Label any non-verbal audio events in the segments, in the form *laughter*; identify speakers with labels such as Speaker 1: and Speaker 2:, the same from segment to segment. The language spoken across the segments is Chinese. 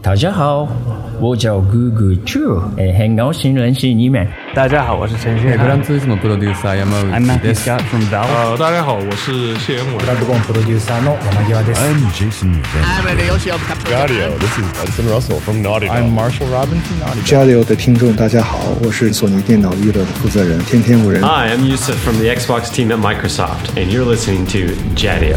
Speaker 1: 大家好，我叫 Google Chu，哎，很高兴认识你们。
Speaker 2: 大家好，我是陈旭。
Speaker 3: グランツーリスモプロデューサー山内
Speaker 2: I'm Matthew
Speaker 3: です。
Speaker 2: Scott from Valve。
Speaker 4: 呃，大家好，我是谢元伟。
Speaker 5: I'm Jason Van.
Speaker 6: J 流的听众，大家好，我是索尼电脑娱乐的负责人天天五人。
Speaker 7: Hi, I'm Yusuf from the Xbox team at Microsoft, and you're listening to Jadio.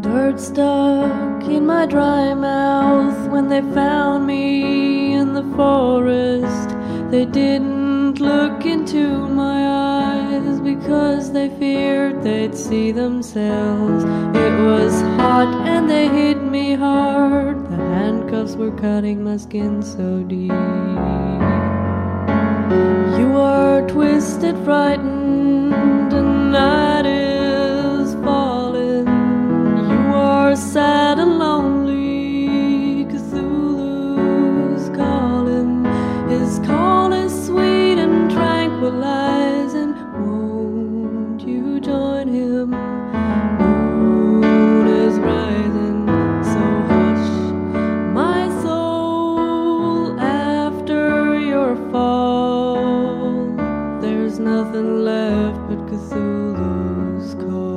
Speaker 8: Dirt stuck in my dry mouth when they found me in the forest. They didn't look into my eyes because they feared they'd see themselves. It was hot and they hit me hard. The handcuffs were cutting my skin so deep. You are twisted, frightened, and night is falling. You are sad and lonely. Cthulhu's calling. His call is sweet and tranquilizing. Won't you join him? Moon is rising, so hush, my soul. After your fall, there's nothing left but Cthulhu's call.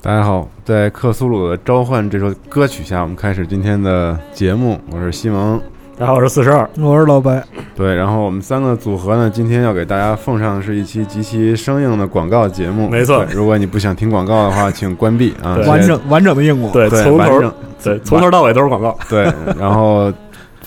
Speaker 3: 大家好，在《克苏鲁的召唤》这首歌曲下，我们开始今天的节目。我是西蒙，
Speaker 2: 大家好，我是四十二。
Speaker 9: 我是老白，
Speaker 3: 对，然后我们三个组合呢，今天要给大家奉上的是一期极其生硬的广告节目。
Speaker 2: 没错
Speaker 3: 对如果你不想听广告的话，请关闭啊。谢
Speaker 2: 对
Speaker 3: 谢
Speaker 9: 完整完整的硬广。
Speaker 2: 对，
Speaker 3: 对
Speaker 2: 从
Speaker 3: 完
Speaker 2: 头
Speaker 3: 整
Speaker 2: 对从头到尾都是广告。
Speaker 3: 对，然后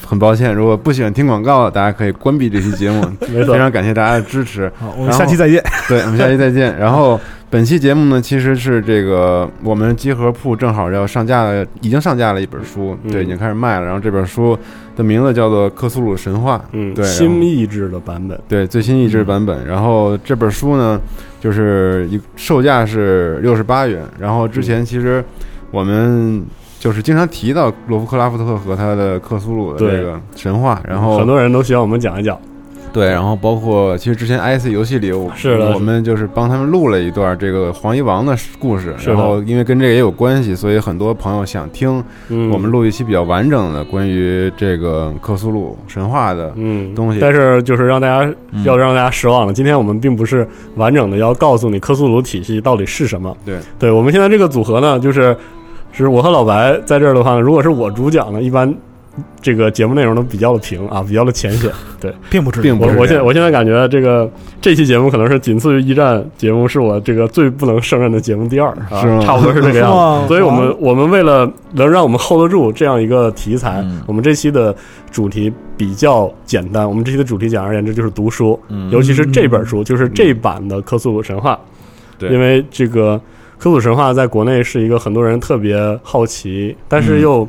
Speaker 3: 很抱歉，如果不喜欢听广告，大家可以关闭这期节目。
Speaker 2: *laughs* 没错
Speaker 3: 非，常感谢大家的支持。
Speaker 9: 好，我们
Speaker 3: 然后
Speaker 9: 下期再见。
Speaker 3: 对，我们下期再见。然后本期节目呢，其实是这个我们集合铺正好要上架了，已经上架了一本书，对，
Speaker 2: 嗯
Speaker 3: 已经开始卖了。然后这本书的名字叫做《克苏鲁神话》，
Speaker 2: 嗯，
Speaker 3: 对，然后
Speaker 2: 新译制的版本。嗯
Speaker 3: 对最新译制版本。然后这本书呢，就是一售价是六十八元。然后之前其实我们。就是经常提到罗夫克拉夫特和他的克苏鲁的
Speaker 2: 对
Speaker 3: 这个神话，然后
Speaker 2: 很多人都需要我们讲一讲。
Speaker 3: 对，然后包括其实之前 IC 游戏里，我
Speaker 2: 是的
Speaker 3: 我们就是帮他们录了一段这个黄衣王的故事，
Speaker 2: 是的
Speaker 3: 然后因为跟这个也有关系，所以很多朋友想听
Speaker 2: 嗯，
Speaker 3: 我们录一期比较完整的关于这个克苏鲁神话的。
Speaker 2: 嗯
Speaker 3: 东西嗯
Speaker 2: 但是就是让大家要让大家失望了。今天我们并不是完整的要告诉你科苏鲁体系到底是什么。
Speaker 3: 对，
Speaker 2: 对我们现在这个组合呢，就是是我和老白在这儿的话呢，如果是我主讲呢，一般这个节目内容都比较的平啊，比较的浅显。
Speaker 9: 并不至
Speaker 3: *laughs*
Speaker 9: 于，
Speaker 3: 并不
Speaker 2: 我
Speaker 3: 是这
Speaker 2: 我现
Speaker 3: 样
Speaker 2: 我现在感觉这个这期节目可能是仅次于一战节目，是我这个最不能胜任的节目第二，啊
Speaker 3: 是吗，
Speaker 2: 差不多是这个样
Speaker 9: 是吗
Speaker 2: 子。所以我们我们为了能让我们 hold 得住这样一个题材，我们这期的主题比较简单。我们这期的主题简而言之就是读书，尤其是这本书，就是这版的《科苏鲁神话》，
Speaker 3: 对
Speaker 2: 因为这个《科苏鲁神话》在国内是一个很多人特别好奇，但是又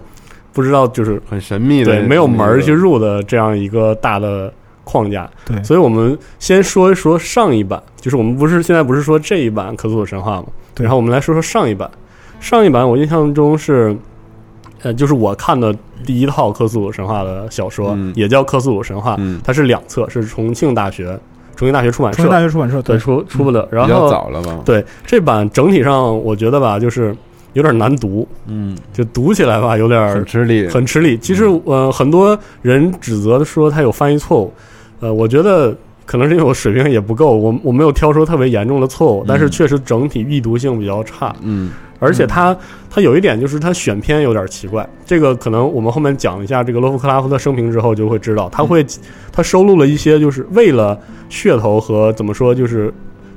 Speaker 2: 不知道就是
Speaker 3: 很神秘的，
Speaker 2: 对没有门儿
Speaker 3: 那个
Speaker 2: 去入的这样一个大的框架。
Speaker 9: 对
Speaker 2: 所以我们先说一说上一版，就是我们不是现在不是说这一版《克苏鲁神话》嘛，
Speaker 9: 对
Speaker 2: 然后我们来说说上一版。上一版我印象中是，呃，就是我看的第一套《克苏鲁神话》的小说，
Speaker 3: 嗯
Speaker 2: 也叫《克苏鲁神话》
Speaker 3: 嗯
Speaker 2: 它是两册，是重庆大学重庆大学出版
Speaker 9: 重庆大
Speaker 2: 社
Speaker 9: 学出版社
Speaker 2: 对出出的。然
Speaker 3: 比较
Speaker 2: 后
Speaker 3: 早了吧？
Speaker 2: 对这版整体上我觉得吧，就是有点难读，
Speaker 3: 嗯，
Speaker 2: 就读起来吧有点儿
Speaker 3: 很吃力，
Speaker 2: 很吃力。其实，
Speaker 3: 嗯
Speaker 2: 呃，很多人指责说他有翻译错误，呃，我觉得可能是因为我水平也不够，我我没有挑出特别严重的错误，但是确实整体易读性比较差，
Speaker 3: 嗯
Speaker 2: 而且它它有一点就是它选片有点奇怪，这个可能我们后面讲一下这个罗夫克拉夫的生平之后就会知道，
Speaker 3: 嗯
Speaker 2: 他会他收录了一些就是为了噱头和怎么说就是。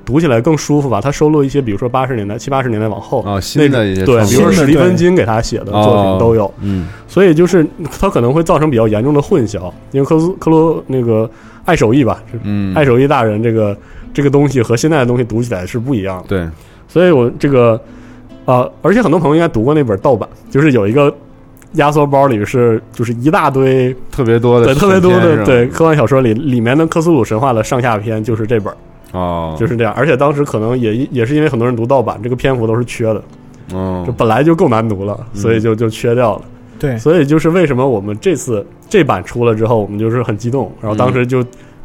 Speaker 2: 读起来更舒服吧，他收录一些，比如说八十年代、七八十年代往后
Speaker 3: 哦新的
Speaker 2: 那种
Speaker 3: 一些
Speaker 2: 对，
Speaker 3: 创
Speaker 2: 比如说
Speaker 9: 作
Speaker 2: 史蒂
Speaker 9: 对
Speaker 2: 芬金给他写的作品都有。
Speaker 3: 嗯
Speaker 2: 所以就是它可能会造成比较严重的混淆，因为克苏克罗那个爱手艺吧，是
Speaker 3: 嗯，
Speaker 2: 爱手艺大人这个这个东西和现在的东西读起来是不一样的。
Speaker 3: 对，
Speaker 2: 所以我这个呃，而且很多朋友应该读过那本盗版，就是有一个压缩包里是就是一大堆
Speaker 3: 特别多的
Speaker 2: 对
Speaker 3: 神
Speaker 2: 特别多
Speaker 3: 片是
Speaker 2: 的
Speaker 3: 吧
Speaker 2: 对科幻小说里里面的克苏鲁神话的上下篇就是这本，
Speaker 3: 哦，
Speaker 2: 就是这样。而且当时可能也也是因为很多人读盗版，这个篇幅都是缺的，
Speaker 3: 哦嗯
Speaker 2: 这，本来就够难读了，所以就就缺掉了。
Speaker 9: 对，
Speaker 2: 所以就是为什么我们这次这版出了之后，我们就是很激动，然后当时就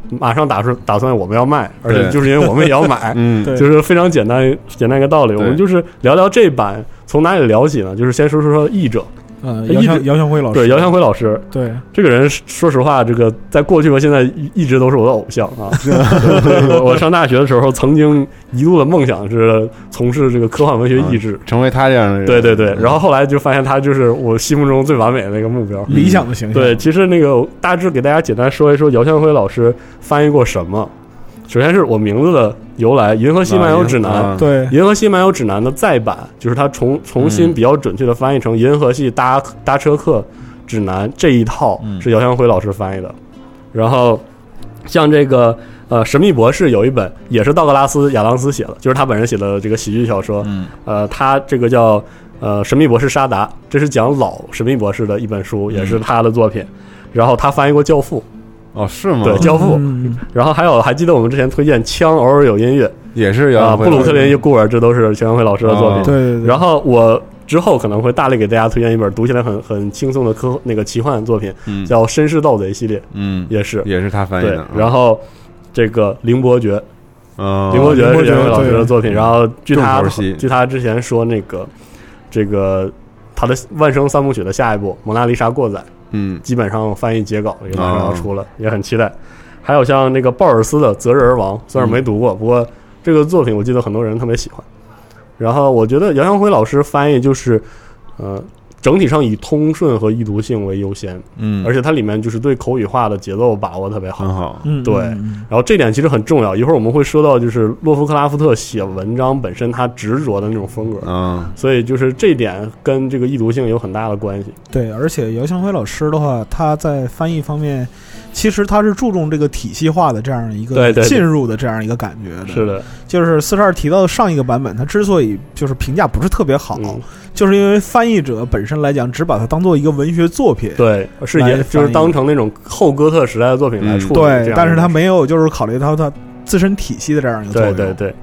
Speaker 2: 马上打算打算我们要卖，而且
Speaker 3: 嗯对
Speaker 2: 就是因为我们也要买，
Speaker 3: *laughs* 嗯
Speaker 9: 对
Speaker 2: 就是非常简单简单一个道理。我
Speaker 3: 对
Speaker 2: 们就是聊聊这版从哪里聊起呢？就是先说说译者，
Speaker 9: 嗯，
Speaker 2: 他
Speaker 9: 姚
Speaker 2: 一
Speaker 9: 向
Speaker 2: 直
Speaker 9: 姚向辉老师，
Speaker 2: 对姚祥辉老师
Speaker 9: 对，
Speaker 2: 这个人，说实话，这个在过去和现在一一直都是我的偶像啊。
Speaker 9: *laughs*
Speaker 2: 对我我上大学的时候，曾经一度的梦想是从事这个科幻文学译制。
Speaker 3: 成为他这样的人，嗯
Speaker 2: 对对对，然后后来就发现他就是我心目中最完美的那个目标。
Speaker 9: 理想的形象，
Speaker 2: 对，其实那个大致给大家简单说一说姚向辉老师翻译过什么。首先是我名字的由来，《银河系漫游指南》
Speaker 3: 啊
Speaker 9: 对
Speaker 2: 银河系漫游指南》的再版，就是它重重新比较准确的翻译成《银河系搭搭车客指南》这一套
Speaker 3: 嗯
Speaker 2: 是姚向辉老师翻译的。然后像这个呃《神秘博士》有一本也是道格拉斯·亚当斯写的，就是他本人写的这个喜剧小说。
Speaker 3: 嗯，
Speaker 2: 呃，他这个叫呃《神秘博士沙达》，这是讲老神秘博士的一本书，也是
Speaker 3: 嗯
Speaker 2: 他的作品。然后他翻译过《教父
Speaker 3: 哦，是吗？》，
Speaker 2: 对《教父》
Speaker 9: 嗯，
Speaker 2: 然后还有还记得我们之前推荐《枪偶尔有音乐》
Speaker 3: 也是
Speaker 2: 啊，
Speaker 3: 姚
Speaker 2: 布鲁克林
Speaker 3: 又
Speaker 2: 与孤儿，这都是全辉老师的作品。
Speaker 3: 哦
Speaker 9: 对对对，
Speaker 2: 然后我之后可能会大力给大家推荐一本读起来很很轻松的科那个奇幻作品，
Speaker 3: 嗯
Speaker 2: 叫《绅士盗贼》系列，
Speaker 3: 嗯
Speaker 2: 也是
Speaker 3: 也是他翻译
Speaker 2: 对
Speaker 3: 的，。
Speaker 2: 然后这个《凌波诀》，
Speaker 3: 嗯，
Speaker 2: 林伯爵是
Speaker 9: 林伯爵
Speaker 2: 袁伟老师的
Speaker 9: 对
Speaker 2: 作品。然后据他
Speaker 3: 重头戏
Speaker 2: 据他之前说，那个这个他的《万生三部曲》的下一部《蒙娜丽莎过载》，
Speaker 3: 嗯
Speaker 2: 基本上翻译截稿也马上要
Speaker 3: 哦
Speaker 2: 出了，也很期待。还有像那个鲍尔斯的《择日而亡》，虽然没读过，不过这个作品我记得很多人特别喜欢。然后我觉得杨向辉老师翻译就是，呃，整体上以通顺和易读性为优先，
Speaker 3: 嗯，
Speaker 2: 而且它里面就是对口语化的节奏把握特别好
Speaker 3: 很。好，
Speaker 9: 嗯，
Speaker 2: 对
Speaker 9: 嗯
Speaker 2: 然后这点其实很重要，一会儿我们会说到，就是洛夫克拉夫特写文章本身他执着的那种风格，
Speaker 3: 嗯
Speaker 2: 所以就是这点跟这个易读性有很大的关系。
Speaker 9: 对，而且姚向辉老师的话，他在翻译方面，其实他是注重这个体系化的这样一
Speaker 2: 对
Speaker 9: 个
Speaker 2: 对对
Speaker 9: 进入的这样一个感觉的。
Speaker 2: 是，的，
Speaker 9: 就是四十二提到的上一个版本，它之所以就是评价不是特别好，
Speaker 2: 嗯，
Speaker 9: 就是因为翻译者本身来讲，只把它当做一个文学作品。
Speaker 2: 对，是
Speaker 9: 来
Speaker 2: 也
Speaker 9: 翻译
Speaker 2: 就是当成那种后哥特时代的作品来
Speaker 3: 嗯
Speaker 2: 处理、
Speaker 9: 对
Speaker 2: 这样
Speaker 9: 但是他
Speaker 2: 的
Speaker 9: 没有就是考虑到他自身体系的这样一个作
Speaker 2: 对
Speaker 9: 用。
Speaker 2: 对对。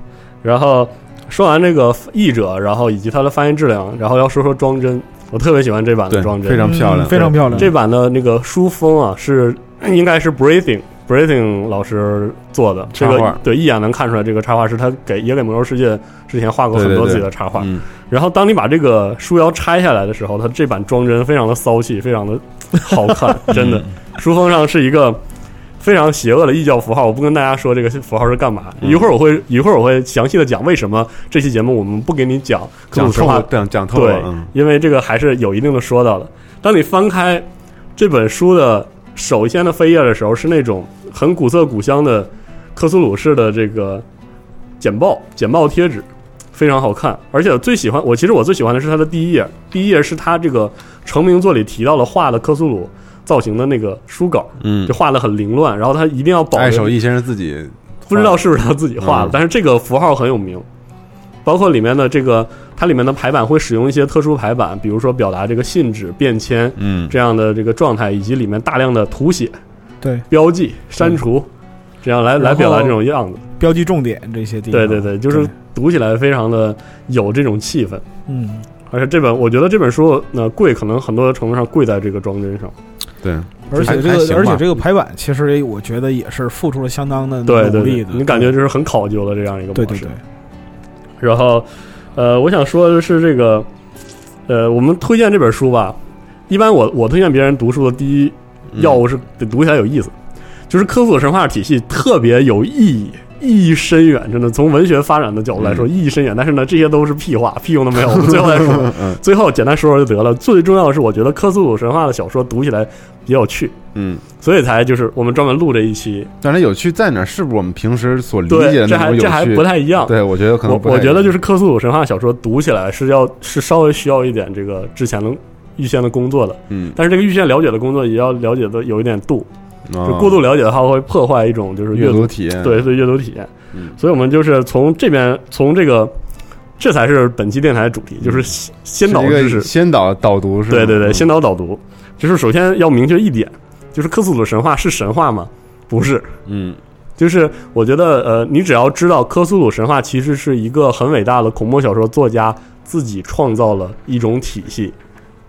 Speaker 2: 然后说完这个译者，然后以及他的翻译质量，然后要说说装帧，我特别喜欢这版的
Speaker 3: 对，
Speaker 2: 装嗯帧，
Speaker 3: 非常漂亮，
Speaker 9: 嗯非常漂亮。
Speaker 2: 这版的那个书封啊，是应该是 Breathing Breathing 老师做的，这
Speaker 3: 插
Speaker 2: 个
Speaker 3: 画
Speaker 2: 对一眼能看出来，这个插画是他给也给《魔兽世界》之前画过很
Speaker 3: 对对
Speaker 2: 多
Speaker 3: 对
Speaker 2: 自己的插画。
Speaker 3: 嗯，
Speaker 2: 然后当你把这个书腰拆下来的时候，它这版装帧非常的骚气，非常的 *laughs* 好
Speaker 3: *laughs*
Speaker 2: 看，
Speaker 3: 嗯
Speaker 2: 真的。书封上是一个非常邪恶的异教符号，我不跟大家说这个符号是干嘛，
Speaker 3: 嗯
Speaker 2: 一会儿我会一会儿我会详细的讲为什么这期节目我们不给你讲克
Speaker 3: 讲
Speaker 2: 鲁神
Speaker 3: 透
Speaker 2: 话
Speaker 3: 了，讲讲透
Speaker 2: 对
Speaker 3: 了，嗯，
Speaker 2: 因为这个还是有一定的说道的。当你翻开这本书的首先的扉页的时候，是那种很古色古香的科苏鲁式的这个简报简报贴纸，非常好看。而且最喜欢我，其实我最喜欢的是它的第一页，第一页是他这个成名作里提到的画的科苏鲁造型的那个书稿，
Speaker 3: 嗯
Speaker 2: 就画的很凌乱，然后他一定要保
Speaker 3: 爱
Speaker 2: 留
Speaker 3: 手艺先生自己
Speaker 2: 不知道
Speaker 9: 啊
Speaker 2: 是不是他自己画的，
Speaker 3: 嗯
Speaker 2: 但是这个符号很有名，包括里面的这个，它里面的排版会使用一些特殊排版，比如说表达这个信纸变迁
Speaker 3: 嗯，
Speaker 2: 这样的这个状态，以及里面大量的涂写、
Speaker 9: 对
Speaker 2: 标记、删除，这样来来表达
Speaker 9: 然后嗯
Speaker 2: 这种样子。
Speaker 9: 标记重点这些地方。
Speaker 2: 对对对，就是读起来非常的有这种气氛。
Speaker 9: 嗯，
Speaker 2: 而且这本，我觉得这本书呢贵，可能很多程度上贵在这个装帧上。嗯
Speaker 3: 对，
Speaker 9: 而且
Speaker 3: 还还行
Speaker 9: 这个
Speaker 3: 吧
Speaker 9: 而且这个排版其实我觉得也是付出了相当的
Speaker 2: 对
Speaker 9: 嗯努
Speaker 2: 对
Speaker 9: 力
Speaker 2: 对
Speaker 9: 的。，
Speaker 2: 你感觉这是很考究的这样一个模式。
Speaker 9: 对对对，
Speaker 2: 然后，呃，我想说的是这个，呃，我们推荐这本书吧，一般我我推荐别人读书的第一
Speaker 3: 嗯
Speaker 2: 要务是得读起来有意思，就是科索神话体系特别有意义。意义深远，真的从文学发展的角度来说，
Speaker 3: 嗯
Speaker 2: 意义深远。但是呢，这些都是屁话，屁用都没有。我
Speaker 3: *laughs*
Speaker 2: 们最后再说，
Speaker 3: 嗯
Speaker 2: 最后简单说说就得了。最重要的是，我觉得科苏鲁神话的小说读起来比较有趣，
Speaker 3: 嗯，
Speaker 2: 所以才就是我们专门录这一期。
Speaker 3: 但是有趣在哪儿？是不是我们平时所理解
Speaker 2: 对，
Speaker 3: 的那
Speaker 2: 这
Speaker 3: 种
Speaker 2: 还
Speaker 3: 有趣？
Speaker 2: 这还不太一样。
Speaker 3: 对，我觉得可能
Speaker 2: 我
Speaker 3: 不太
Speaker 2: 我觉得就是是克苏鲁神话小说读起来是要是稍微需要一点这个之前的预先的工作的，
Speaker 3: 嗯，
Speaker 2: 但是这个预先了解的工作也要了解的有一点度，
Speaker 3: 哦
Speaker 2: 就过度了解的话会破坏一种就是
Speaker 3: 阅
Speaker 2: 阅
Speaker 3: 读体验，嗯
Speaker 2: 对对阅读体验。所以我们就是从这边从这个。这才是本期电台的主题，就是先先导知
Speaker 3: 嗯是一
Speaker 2: 识
Speaker 3: 个，先嗯导导读是吧？
Speaker 2: 对对对，先导导读，就是首先要明确一点，就是克苏鲁神话是神话吗？不是，
Speaker 3: 嗯，
Speaker 2: 就是我觉得呃，你只要知道克苏鲁神话其实是一个很伟大的恐怖小说作家自己创造了一种体系，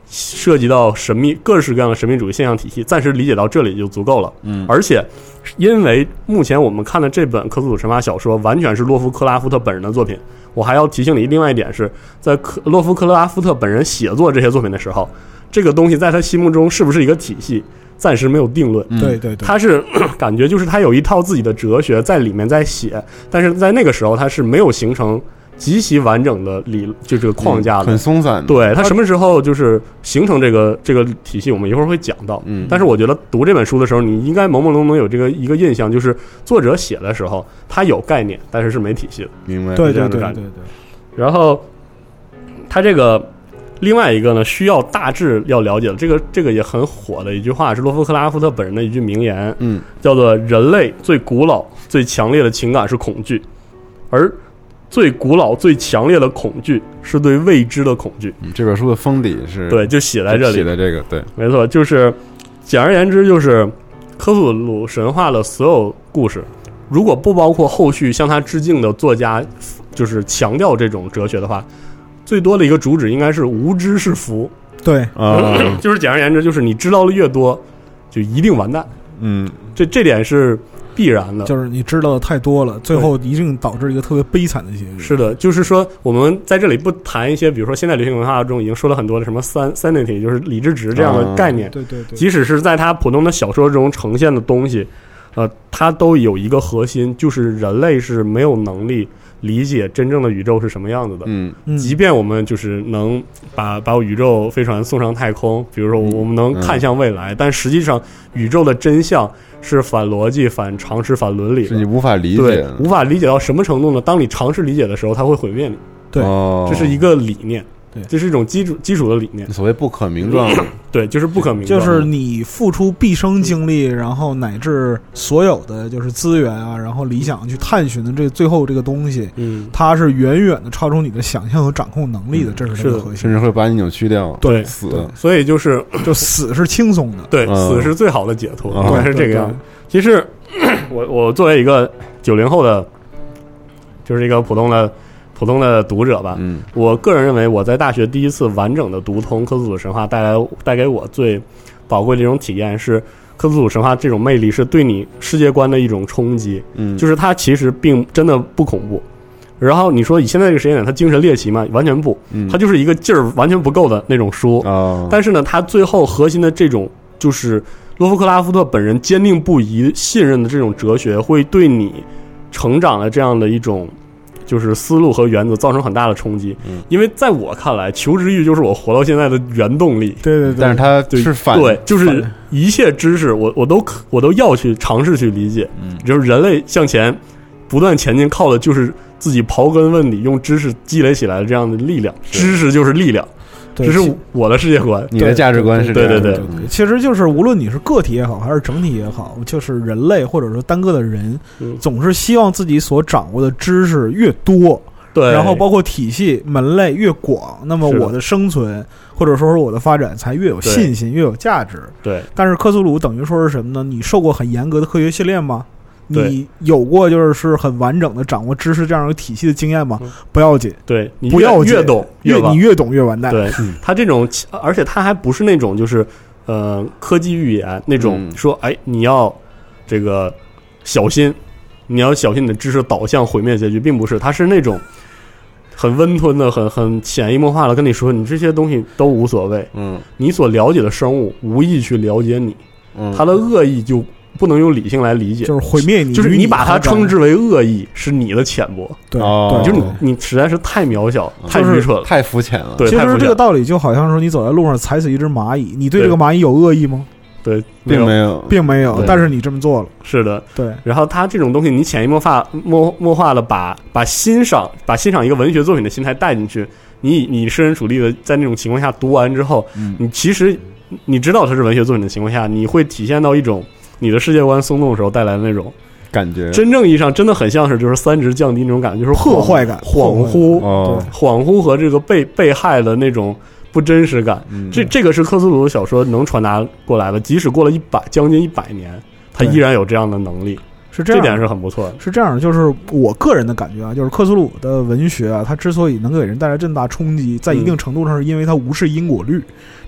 Speaker 2: 涉及到神秘各式各样的神秘主义现象体系，暂时理解到这里就足够了。
Speaker 3: 嗯，
Speaker 2: 而且因为目前我们看的这本克苏鲁神话小说完全是洛夫克拉夫特本人的作品，我还要提醒你另外一点是，在克洛夫克拉夫特本人写作这些作品的时候，这个东西在他心目中是不是一个体系，暂时没有定论。
Speaker 9: 对对对，
Speaker 2: 他是 *coughs* 感觉就是他有一套自己的哲学在里面在写，但是在那个时候他是没有形成极其完整的理，就这个框架的。
Speaker 3: 嗯很松散的，
Speaker 2: 对他什么时候就是形成这个这个体系，我们一会儿会讲到。
Speaker 3: 嗯
Speaker 2: 但是我觉得读这本书的时候，你应该朦朦胧胧有这个一个印象，就是作者写的时候他有概念，但是是没体系的。
Speaker 3: 明白？
Speaker 2: 哎
Speaker 9: 对
Speaker 2: 这
Speaker 9: 对
Speaker 2: 样的
Speaker 9: 对
Speaker 2: 感
Speaker 9: 对
Speaker 2: 觉
Speaker 9: 对，
Speaker 2: 然后他这个另外一个呢，需要大致要了解的，这个这个也很火的一句话是洛夫克拉夫特本人的一句名言，
Speaker 3: 嗯，
Speaker 2: 叫做“人类最古老、最强烈的情感是恐惧，而最古老、最强烈的恐惧是对未知的恐惧”。
Speaker 3: 嗯这本书的封底是
Speaker 2: 对，就写在这里
Speaker 3: 写。的这个，对，
Speaker 2: 没错，就是简而言之，就是科苏鲁神话的所有故事，如果不包括后续向他致敬的作家，就是强调这种哲学的话，最多的一个主旨应该是无知是福，
Speaker 9: 对
Speaker 2: 嗯
Speaker 3: 啊，
Speaker 2: *laughs* 就是简而言之，就是你知道的越多，就一定完蛋，
Speaker 3: 嗯，
Speaker 2: 这这点是必然的。
Speaker 9: 就是你知道的太多了，最后一定导致一个特别悲惨的结局。
Speaker 2: 是的，就是说，我们在这里不谈一些，比如说现代流行文化中已经说了很多的什么三三点体，就是理智值这样的
Speaker 3: 啊
Speaker 2: 概念，
Speaker 9: 对对对，
Speaker 2: 即使是在他普通的小说中呈现的东西，呃，它都有一个核心，就是人类是没有能力理解真正的宇宙是什么样子的。
Speaker 3: 嗯，
Speaker 9: 嗯
Speaker 2: 即便我们就是能把把宇宙飞船送上太空，比如说
Speaker 3: 嗯
Speaker 2: 我们能看向未来，但实际上宇宙的真相是反逻辑、反常识、反伦理
Speaker 3: 是
Speaker 2: 的
Speaker 3: 你。无法理解
Speaker 2: 对
Speaker 3: 的，，
Speaker 2: 无法理解到什么程度呢？当你尝试理解的时候，它会毁灭你。
Speaker 9: 对
Speaker 3: 哦
Speaker 2: 这是一个理念，
Speaker 9: 对
Speaker 2: 这是一种基础基础的理念。
Speaker 3: 所谓不可名
Speaker 2: *clears throat*
Speaker 3: 状，
Speaker 2: 对，就是不可名状
Speaker 9: 就
Speaker 2: 的。
Speaker 9: 是你付出毕生精力，然后乃至所有的就是资源啊，然后理想去探寻的这个最后这个东西，
Speaker 2: 嗯，
Speaker 9: 它是远远的超出你的想象和掌控能力的，这是
Speaker 2: 是
Speaker 9: 这
Speaker 2: 的
Speaker 9: 个核
Speaker 3: 甚至
Speaker 9: 心。
Speaker 3: 会把你扭曲掉，
Speaker 2: 对
Speaker 3: 死，
Speaker 2: 所以就是
Speaker 9: 就死是轻松的，
Speaker 2: 对，
Speaker 3: 嗯
Speaker 2: 死是最好的解脱，
Speaker 3: 嗯
Speaker 2: 应该是这个样子。其实 *clears throat* 我我作为一个九零后的，就是一个普通的普通的读者吧，
Speaker 3: 嗯
Speaker 2: 我个人认为我在大学第一次完整的读通科苏鲁神话带来带给我最宝贵的一种体验是。科苏鲁神话这种魅力是对你世界观的一种冲击，
Speaker 3: 嗯，
Speaker 2: 就是它其实并真的不恐怖。然后你说以现在这个时间点，它精神猎奇吗？完全不，
Speaker 3: 嗯
Speaker 2: 它就是一个劲儿完全不够的那种书。
Speaker 3: 啊，
Speaker 2: 但是呢，他最后核心的这种就是洛夫克拉夫特本人坚定不移信任的这种哲学，会对你成长的这样的一种就是思路和原则造成很大的冲击。
Speaker 3: 嗯
Speaker 2: 因为在我看来，求知欲就是我活到现在的原动力。
Speaker 9: 对对对，
Speaker 3: 但是它
Speaker 2: 对
Speaker 3: 是反
Speaker 2: 对，就是一切知识我，我都可我都要去尝试去理解。
Speaker 3: 嗯
Speaker 2: 就是人类向前不断前进，靠的就是自己刨根问底，用知识积累起来的这样的力量。
Speaker 3: 是
Speaker 2: 知识就是力量，
Speaker 9: 对
Speaker 2: 这是我的世界观。
Speaker 3: 你的价值观是
Speaker 2: 对
Speaker 3: 这样
Speaker 2: 对
Speaker 3: 的
Speaker 2: 对
Speaker 3: 嗯
Speaker 9: 其实就是无论你是个体也好，还是整体也好，就是人类或者说单个的人
Speaker 2: 嗯，
Speaker 9: 总是希望自己所掌握的知识越多，
Speaker 2: 对，
Speaker 9: 然后包括体系门类越广，那么
Speaker 2: 是的
Speaker 9: 我的生存或者说是我的发展才越有
Speaker 2: 对
Speaker 9: 信心，越有价值。
Speaker 2: 对。
Speaker 9: 但是克苏鲁等于说是什么呢？你受过很严格的科学训练吗？
Speaker 2: 对
Speaker 9: 你有过就是是很完整的掌握知识这样一个体系的经验吗
Speaker 2: 嗯？
Speaker 9: 不要紧，
Speaker 2: 对，你
Speaker 9: 不
Speaker 2: 越
Speaker 9: 要紧
Speaker 2: 越懂
Speaker 9: 越
Speaker 2: 完
Speaker 9: 你。 *laughs* 越懂越完蛋。
Speaker 2: 对他这种，而且他还不是那种就是呃科技预言那种
Speaker 3: 嗯
Speaker 2: 说，哎，你要这个小心，你要小心你的知识导向毁灭结局，并不是，他是那种很温吞的、很很潜移默化的跟你说，你这些东西都无所谓，
Speaker 3: 嗯
Speaker 2: 你所了解的生物无意去了解你，
Speaker 3: 嗯，
Speaker 2: 他的恶意就不能用理性来理解。
Speaker 9: 就是毁灭你，
Speaker 2: 就是
Speaker 9: 与
Speaker 2: 你
Speaker 9: 你
Speaker 2: 把它
Speaker 9: 何干
Speaker 2: 称之为恶意，是你的浅薄，
Speaker 9: 对，
Speaker 3: 哦
Speaker 9: 对
Speaker 2: 啊就是你你实在是太渺小、太
Speaker 9: 就是
Speaker 2: 愚蠢了。
Speaker 3: 太肤浅了，
Speaker 2: 对
Speaker 9: 啊其
Speaker 2: 太肤
Speaker 9: 实这
Speaker 2: 浅
Speaker 9: 个道理就好像说，你走在路上踩死一只蚂蚁，你对
Speaker 2: 对
Speaker 9: 这个蚂蚁有恶意吗？
Speaker 2: 对，
Speaker 3: 并没有，
Speaker 9: 并没有
Speaker 2: 对，
Speaker 9: 但是你这么做了，
Speaker 2: 是的，
Speaker 9: 对
Speaker 2: 然后他这种东西，你潜移默化、默默化的把把欣赏、把欣赏一个文学作品的心态带进去，你你设身处地的在那种情况下读完之后，
Speaker 3: 嗯
Speaker 2: 你其实你知道它是文学作品的情况下，你会体现到一种你的世界观松动的时候带来的那种
Speaker 3: 感觉
Speaker 2: 真正意义上真的很像是就是三值降低那种感觉，就是
Speaker 9: 破坏感
Speaker 2: 恍惚、
Speaker 3: 哦
Speaker 2: 恍惚和这个被被害的那种不真实感。
Speaker 9: 嗯
Speaker 3: 嗯
Speaker 2: 这这个是克苏鲁小说能传达过来的，即使过了一百将近一百年，它
Speaker 9: 对
Speaker 2: 依然有这样的能力，
Speaker 9: 是
Speaker 2: 这
Speaker 9: 这样，
Speaker 2: 点是很不错的。
Speaker 9: 是这样的，就是我个人的感觉啊，就是克苏鲁的文学啊，它之所以能给人带来这么大冲击，在一定程度上是因为它无视因果律，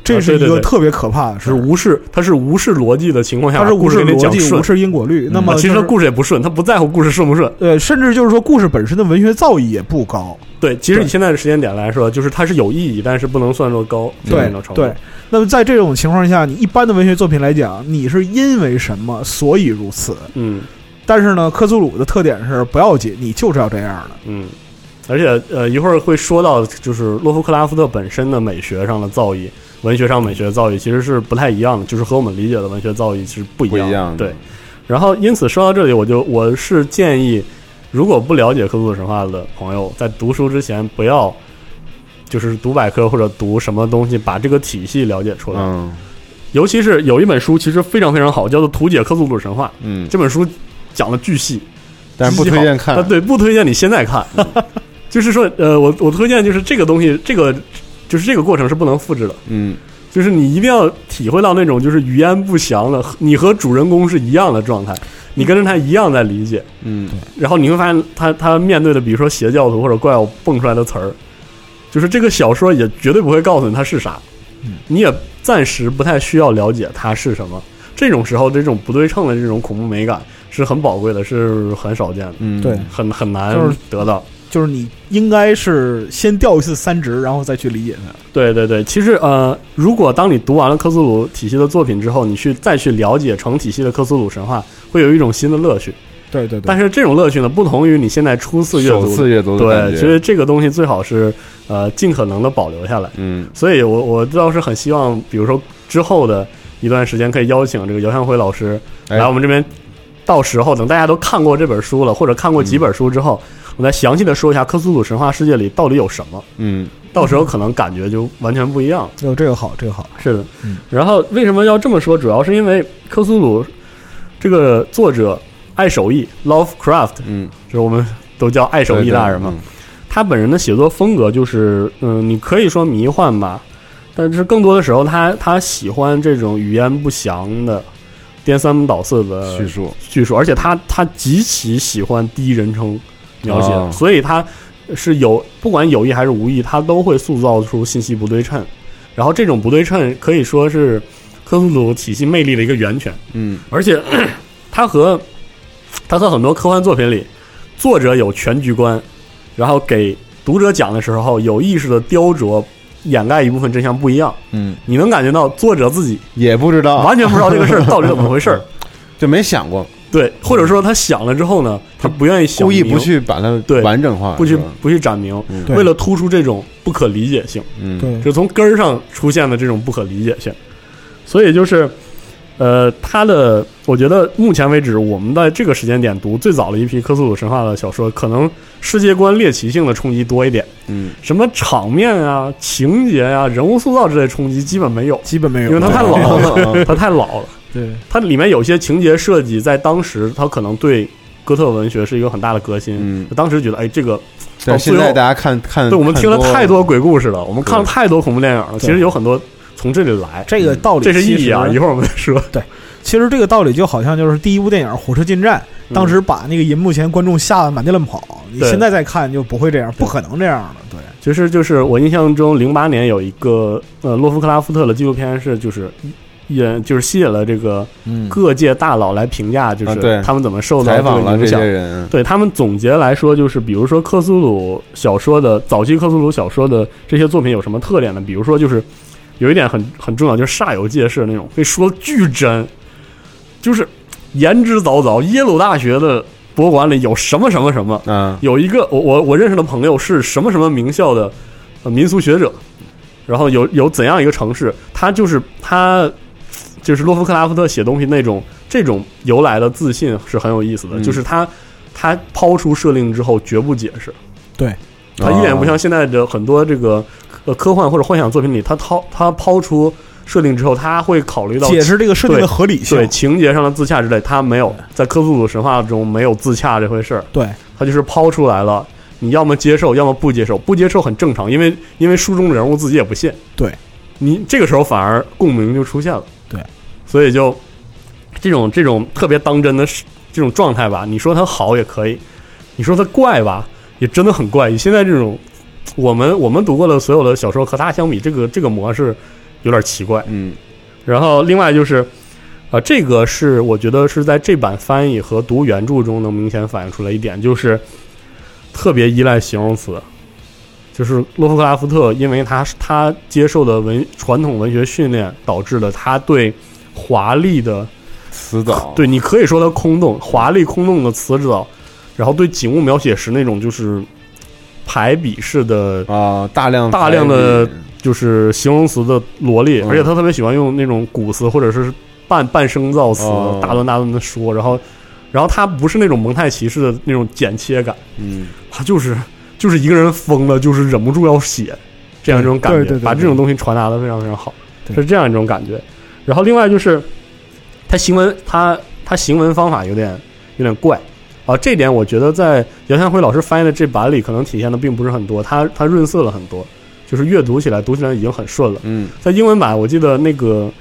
Speaker 9: 这是一
Speaker 2: 嗯啊对对
Speaker 9: 个
Speaker 2: 对
Speaker 9: 特别可怕的事
Speaker 2: 是
Speaker 9: 儿。
Speaker 2: 无视，它是无视逻辑的情况下，
Speaker 9: 它是
Speaker 2: 把故
Speaker 9: 无视
Speaker 2: 事给你
Speaker 9: 逻
Speaker 2: 讲
Speaker 9: 辑、
Speaker 2: 顺
Speaker 9: 无。视因果律。那么
Speaker 2: 啊其实
Speaker 9: 就
Speaker 2: 它
Speaker 9: 是
Speaker 2: 故事也不顺，他不在乎故事顺不顺。
Speaker 9: 呃，甚至就是说，故事本身的文学造诣也不高。
Speaker 2: 对，其实
Speaker 9: 对
Speaker 2: 以现在的时间点来说，就是它是有意义，但是不能算作高。
Speaker 9: 对
Speaker 2: 能成
Speaker 9: 对，那么在这种情况下，你一般的文学作品来讲，你是因为什么，所以如此。
Speaker 2: 嗯
Speaker 9: 但是呢，克苏鲁的特点是不要紧，你就是要这样的。
Speaker 2: 嗯。而且呃，一会儿会说到，就是洛夫克拉夫特本身的美学上的造诣，文学上美学的造诣其实是不太一样的，就是和我们理解的文学造诣是不一
Speaker 3: 不
Speaker 2: 样的。
Speaker 3: 一样的
Speaker 2: 对，然后因此说到这里，我就我是建议，如果不了解克苏鲁神话的朋友，在读书之前不要就是读百科或者读什么东西，把这个体系了解出来。
Speaker 3: 嗯
Speaker 2: 尤其是有一本书其实非常非常好，叫做《图解克苏鲁神话》，
Speaker 3: 嗯，
Speaker 2: 这本书讲的巨细，
Speaker 3: 但是不推荐看嗯
Speaker 2: 啊，，对，不推荐你现在看。 *laughs* 就是说，呃，我我推荐就是这个东西，这个就是这个过程是不能复制的，
Speaker 3: 嗯，
Speaker 2: 就是你一定要体会到那种就是语言不详的，你和主人公是一样的状态，你跟着他一样在理解，
Speaker 3: 嗯，
Speaker 2: 然后你会发现他他面对的，比如说邪教徒或者怪物蹦出来的词儿，就是这个小说也绝对不会告诉你它是啥，
Speaker 3: 嗯
Speaker 2: 你也暂时不太需要了解它是什么。这种时候，这种不对称的这种恐怖美感是很宝贵的，是很少见的，
Speaker 3: 嗯，
Speaker 9: 对
Speaker 2: 很很难
Speaker 9: 就是
Speaker 2: 得到。
Speaker 9: 就是你应该是先掉一次三值，然后再去理解它。
Speaker 2: 对对对，其实呃，如果当你读完了克苏鲁体系的作品之后，你去再去了解成体系的克苏鲁神话，会有一种新的乐趣。
Speaker 9: 对对对
Speaker 2: 但是这种乐趣呢，不同于你现在初次阅
Speaker 3: 首
Speaker 2: 读
Speaker 3: 次阅读的
Speaker 2: 对，
Speaker 3: 感
Speaker 2: 其
Speaker 3: 觉
Speaker 2: 实，这个东西最好是呃尽可能的保留下来。
Speaker 3: 嗯
Speaker 2: 所以我我倒是很希望，比如说之后的一段时间，可以邀请这个姚向辉老师
Speaker 3: 哎
Speaker 2: 来我们这边。到时候等大家都看过这本书了，或者看过
Speaker 3: 嗯
Speaker 2: 几本书之后，我再详细的说一下克苏鲁神话世界里到底有什么。
Speaker 3: 嗯，
Speaker 2: 到时候可能感觉就完全不一样了。
Speaker 9: 有这个好，这个好。
Speaker 2: 是的
Speaker 9: 嗯，
Speaker 2: 然后为什么要这么说？主要是因为克苏鲁这个作者爱手艺 Lovecraft，
Speaker 3: 嗯，
Speaker 2: 就是我们都叫爱手艺大人嘛。他本人的写作风格就是，嗯，你可以说迷幻吧，但是更多的时候他，他喜欢这种语言不详的、颠三倒四
Speaker 3: 嗯
Speaker 2: 的
Speaker 3: 叙述，
Speaker 2: 叙述，而且他他极其喜欢第一人称描写，
Speaker 3: 哦
Speaker 2: 所以他是有不管有意还是无意，他都会塑造出信息不对称。然后这种不对称可以说是科苏鲁体系魅力的一个源泉，
Speaker 3: 嗯
Speaker 2: 而且 *clears throat* 他和他和很多科幻作品里，作者有全局观，然后给读者讲的时候有意识的雕琢。掩盖一部分真相不一样，
Speaker 3: 嗯，啊
Speaker 2: 你能感觉到作者自己
Speaker 3: 也不知道，
Speaker 2: 完全不知道这个事儿到底怎么回事儿，
Speaker 3: 就没想过，
Speaker 2: 对，或者说他想了之后呢，他不愿意想
Speaker 3: 故意
Speaker 2: 明
Speaker 3: 不去把它
Speaker 2: 对
Speaker 3: 完整化，
Speaker 2: 不去
Speaker 3: 是吧
Speaker 2: 不去展明，
Speaker 3: 嗯
Speaker 9: 对
Speaker 2: 为了突出这种不可理解性，
Speaker 3: 嗯，
Speaker 9: 对，
Speaker 2: 就从根儿上出现的这种不可理解性。所以就是，呃，他的我觉得目前为止，我们在这个时间点读最早的一批科苏鲁神话的小说，可能世界观猎奇性的冲击多一点，
Speaker 3: 嗯，
Speaker 2: 什么场面啊、情节啊、人物塑造之类的冲击基本没有，
Speaker 9: 基本没有，
Speaker 2: 因为它太老了，
Speaker 3: 嗯
Speaker 2: *laughs* 它太老了。
Speaker 9: 对，
Speaker 2: 它里面有些情节设计，在当时它可能对哥特文学是一个很大的革新。
Speaker 3: 嗯
Speaker 2: 当时觉得，哎，这个
Speaker 3: 但是现
Speaker 2: 到
Speaker 3: 在
Speaker 2: 最后
Speaker 3: 大家看看，
Speaker 2: 对我们
Speaker 3: 看
Speaker 2: 听了
Speaker 3: 多
Speaker 2: 太多鬼故事了，我们看了
Speaker 3: 对
Speaker 2: 太多恐怖电影了，其实有很多从这里来，
Speaker 9: 这个道理
Speaker 2: 这是
Speaker 9: 其
Speaker 2: 意义啊。
Speaker 9: 实
Speaker 2: 一会儿我们再说，
Speaker 9: 其实这个道理就好像就是第一部电影《火车进站》，当时把那个银幕前观众吓得满地乱跑，你
Speaker 2: 对
Speaker 9: 现在再看就不会这样，不可能这样的。对，
Speaker 2: *laughs* 其实就是我印象中，零八年有一个呃洛夫克拉夫特的纪录片是就是。也就是吸引了这个
Speaker 3: 嗯
Speaker 2: 各界大佬来评价，就
Speaker 3: 啊
Speaker 2: 是
Speaker 3: 对
Speaker 2: 他们怎么受到
Speaker 3: 采
Speaker 2: 这个
Speaker 3: 访了
Speaker 2: 影
Speaker 3: 这些
Speaker 2: 响。
Speaker 3: 人，
Speaker 2: 对他们总结来说，就是比如说克苏鲁小说的早期克苏鲁小说的这些作品有什么特点呢？比如说就是有一点很很重要，就是煞有介事那种，可以说巨真，就是言之凿凿。耶鲁大学的博物馆里有什么什么什么，
Speaker 3: 嗯，
Speaker 2: 有一个我我我认识的朋友是什么什么名校的呃民俗学者，然后有有怎样一个城市，他就是他就是洛夫克拉夫特写东西那种这种由来的自信是很有意思的，
Speaker 3: 嗯
Speaker 2: 就是他他抛出设定之后绝不解释，
Speaker 9: 对哦
Speaker 2: 他一点不像现在的很多这个呃科幻或者幻想作品里，他掏他抛出设定之后，他会考虑到
Speaker 9: 解释这个设定的合理性
Speaker 2: 对对情节上的自洽之类，他没有在科苏鲁神话中没有自洽这回事儿，
Speaker 9: 对
Speaker 2: 他就是抛出来了，你要么接受，要么不接受，不接受很正常，因为因为书中人物自己也不信，
Speaker 9: 对
Speaker 2: 你这个时候反而共鸣就出现了，
Speaker 9: 对，
Speaker 2: 所以就这种这种特别当真的事这种状态吧，你说他好也可以，你说他怪吧，也真的很怪。以现在这种我们我们读过的所有的小说和他相比，这个这个模式有点奇怪。
Speaker 3: 嗯，
Speaker 2: 然后另外就是，呃，这个是我觉得是在这版翻译和读原著中能明显反映出来一点，就是特别依赖形容词。就是洛夫克拉夫特，因为他他接受的文传统文学训练导致的，他对华丽的
Speaker 3: 词藻，
Speaker 2: *laughs* 对，你可以说它空洞、华丽、空洞的词藻，然后对景物描写时那种就是排比式的
Speaker 3: 啊，大量
Speaker 2: 大量的就是形容词的罗列，
Speaker 3: 嗯
Speaker 2: 而且他特别喜欢用那种古词或者是半半声造词
Speaker 3: 哦，
Speaker 2: 大段大段的说，然后然后他不是那种蒙太奇式的那种剪切感，
Speaker 3: 嗯，
Speaker 2: 他就是就是一个人疯了，就是忍不住要写这样一种感觉，
Speaker 9: 对对对对
Speaker 2: 把这种东西传达的非常非常好，
Speaker 9: 对
Speaker 2: 是这样一种感觉。然后另外就是他行文他他行文方法有点有点怪啊，这点我觉得在杨向辉老师翻译的这版里可能体现的并不是很多，他他润色了很多，就是阅读起来读起来已经很顺了。
Speaker 3: 嗯
Speaker 2: 在英文版，我记得那个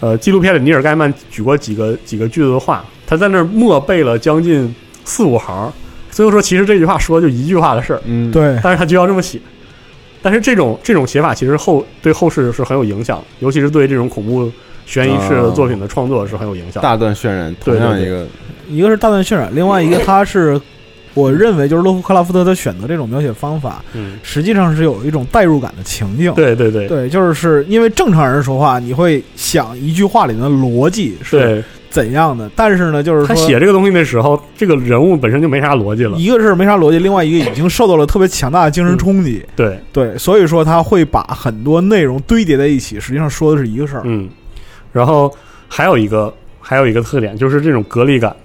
Speaker 2: 呃纪录片里，尼尔盖曼举过几个几个句子的话，他在那儿默背了将近四五行。所以说，其实这句话说就一句话的事儿，
Speaker 3: 嗯，
Speaker 9: 对
Speaker 2: 但是他就要这么写。但是这种这种写法其实后对后世是很有影响的，尤其是对这种恐怖悬疑式的作品的创作是很有影响的。
Speaker 3: 大段渲染同
Speaker 2: 对对
Speaker 3: 样
Speaker 2: 对
Speaker 3: 一个
Speaker 9: 一个是大段渲染，另外一个他是，我认为就是洛夫克拉夫特他选择这种描写方法，
Speaker 2: 嗯，
Speaker 9: 实际上是有一种代入感的情境。
Speaker 2: 对对对
Speaker 9: 对，就是因为正常人说话，你会想一句话里面的逻辑是
Speaker 2: 对，
Speaker 9: 怎样的，但是呢，就是
Speaker 2: 他
Speaker 9: 说
Speaker 2: 写这个东西的时候，这个人物本身就没啥逻辑了。
Speaker 9: 一个是没啥逻辑，另外一个已经受到了特别强大的精神冲击。
Speaker 2: 对，
Speaker 9: 对，所以说他会把很多内容堆叠在一起，实际上说的是一个事儿。
Speaker 2: 嗯，然后还有一个还有一个特点就是这种隔离感，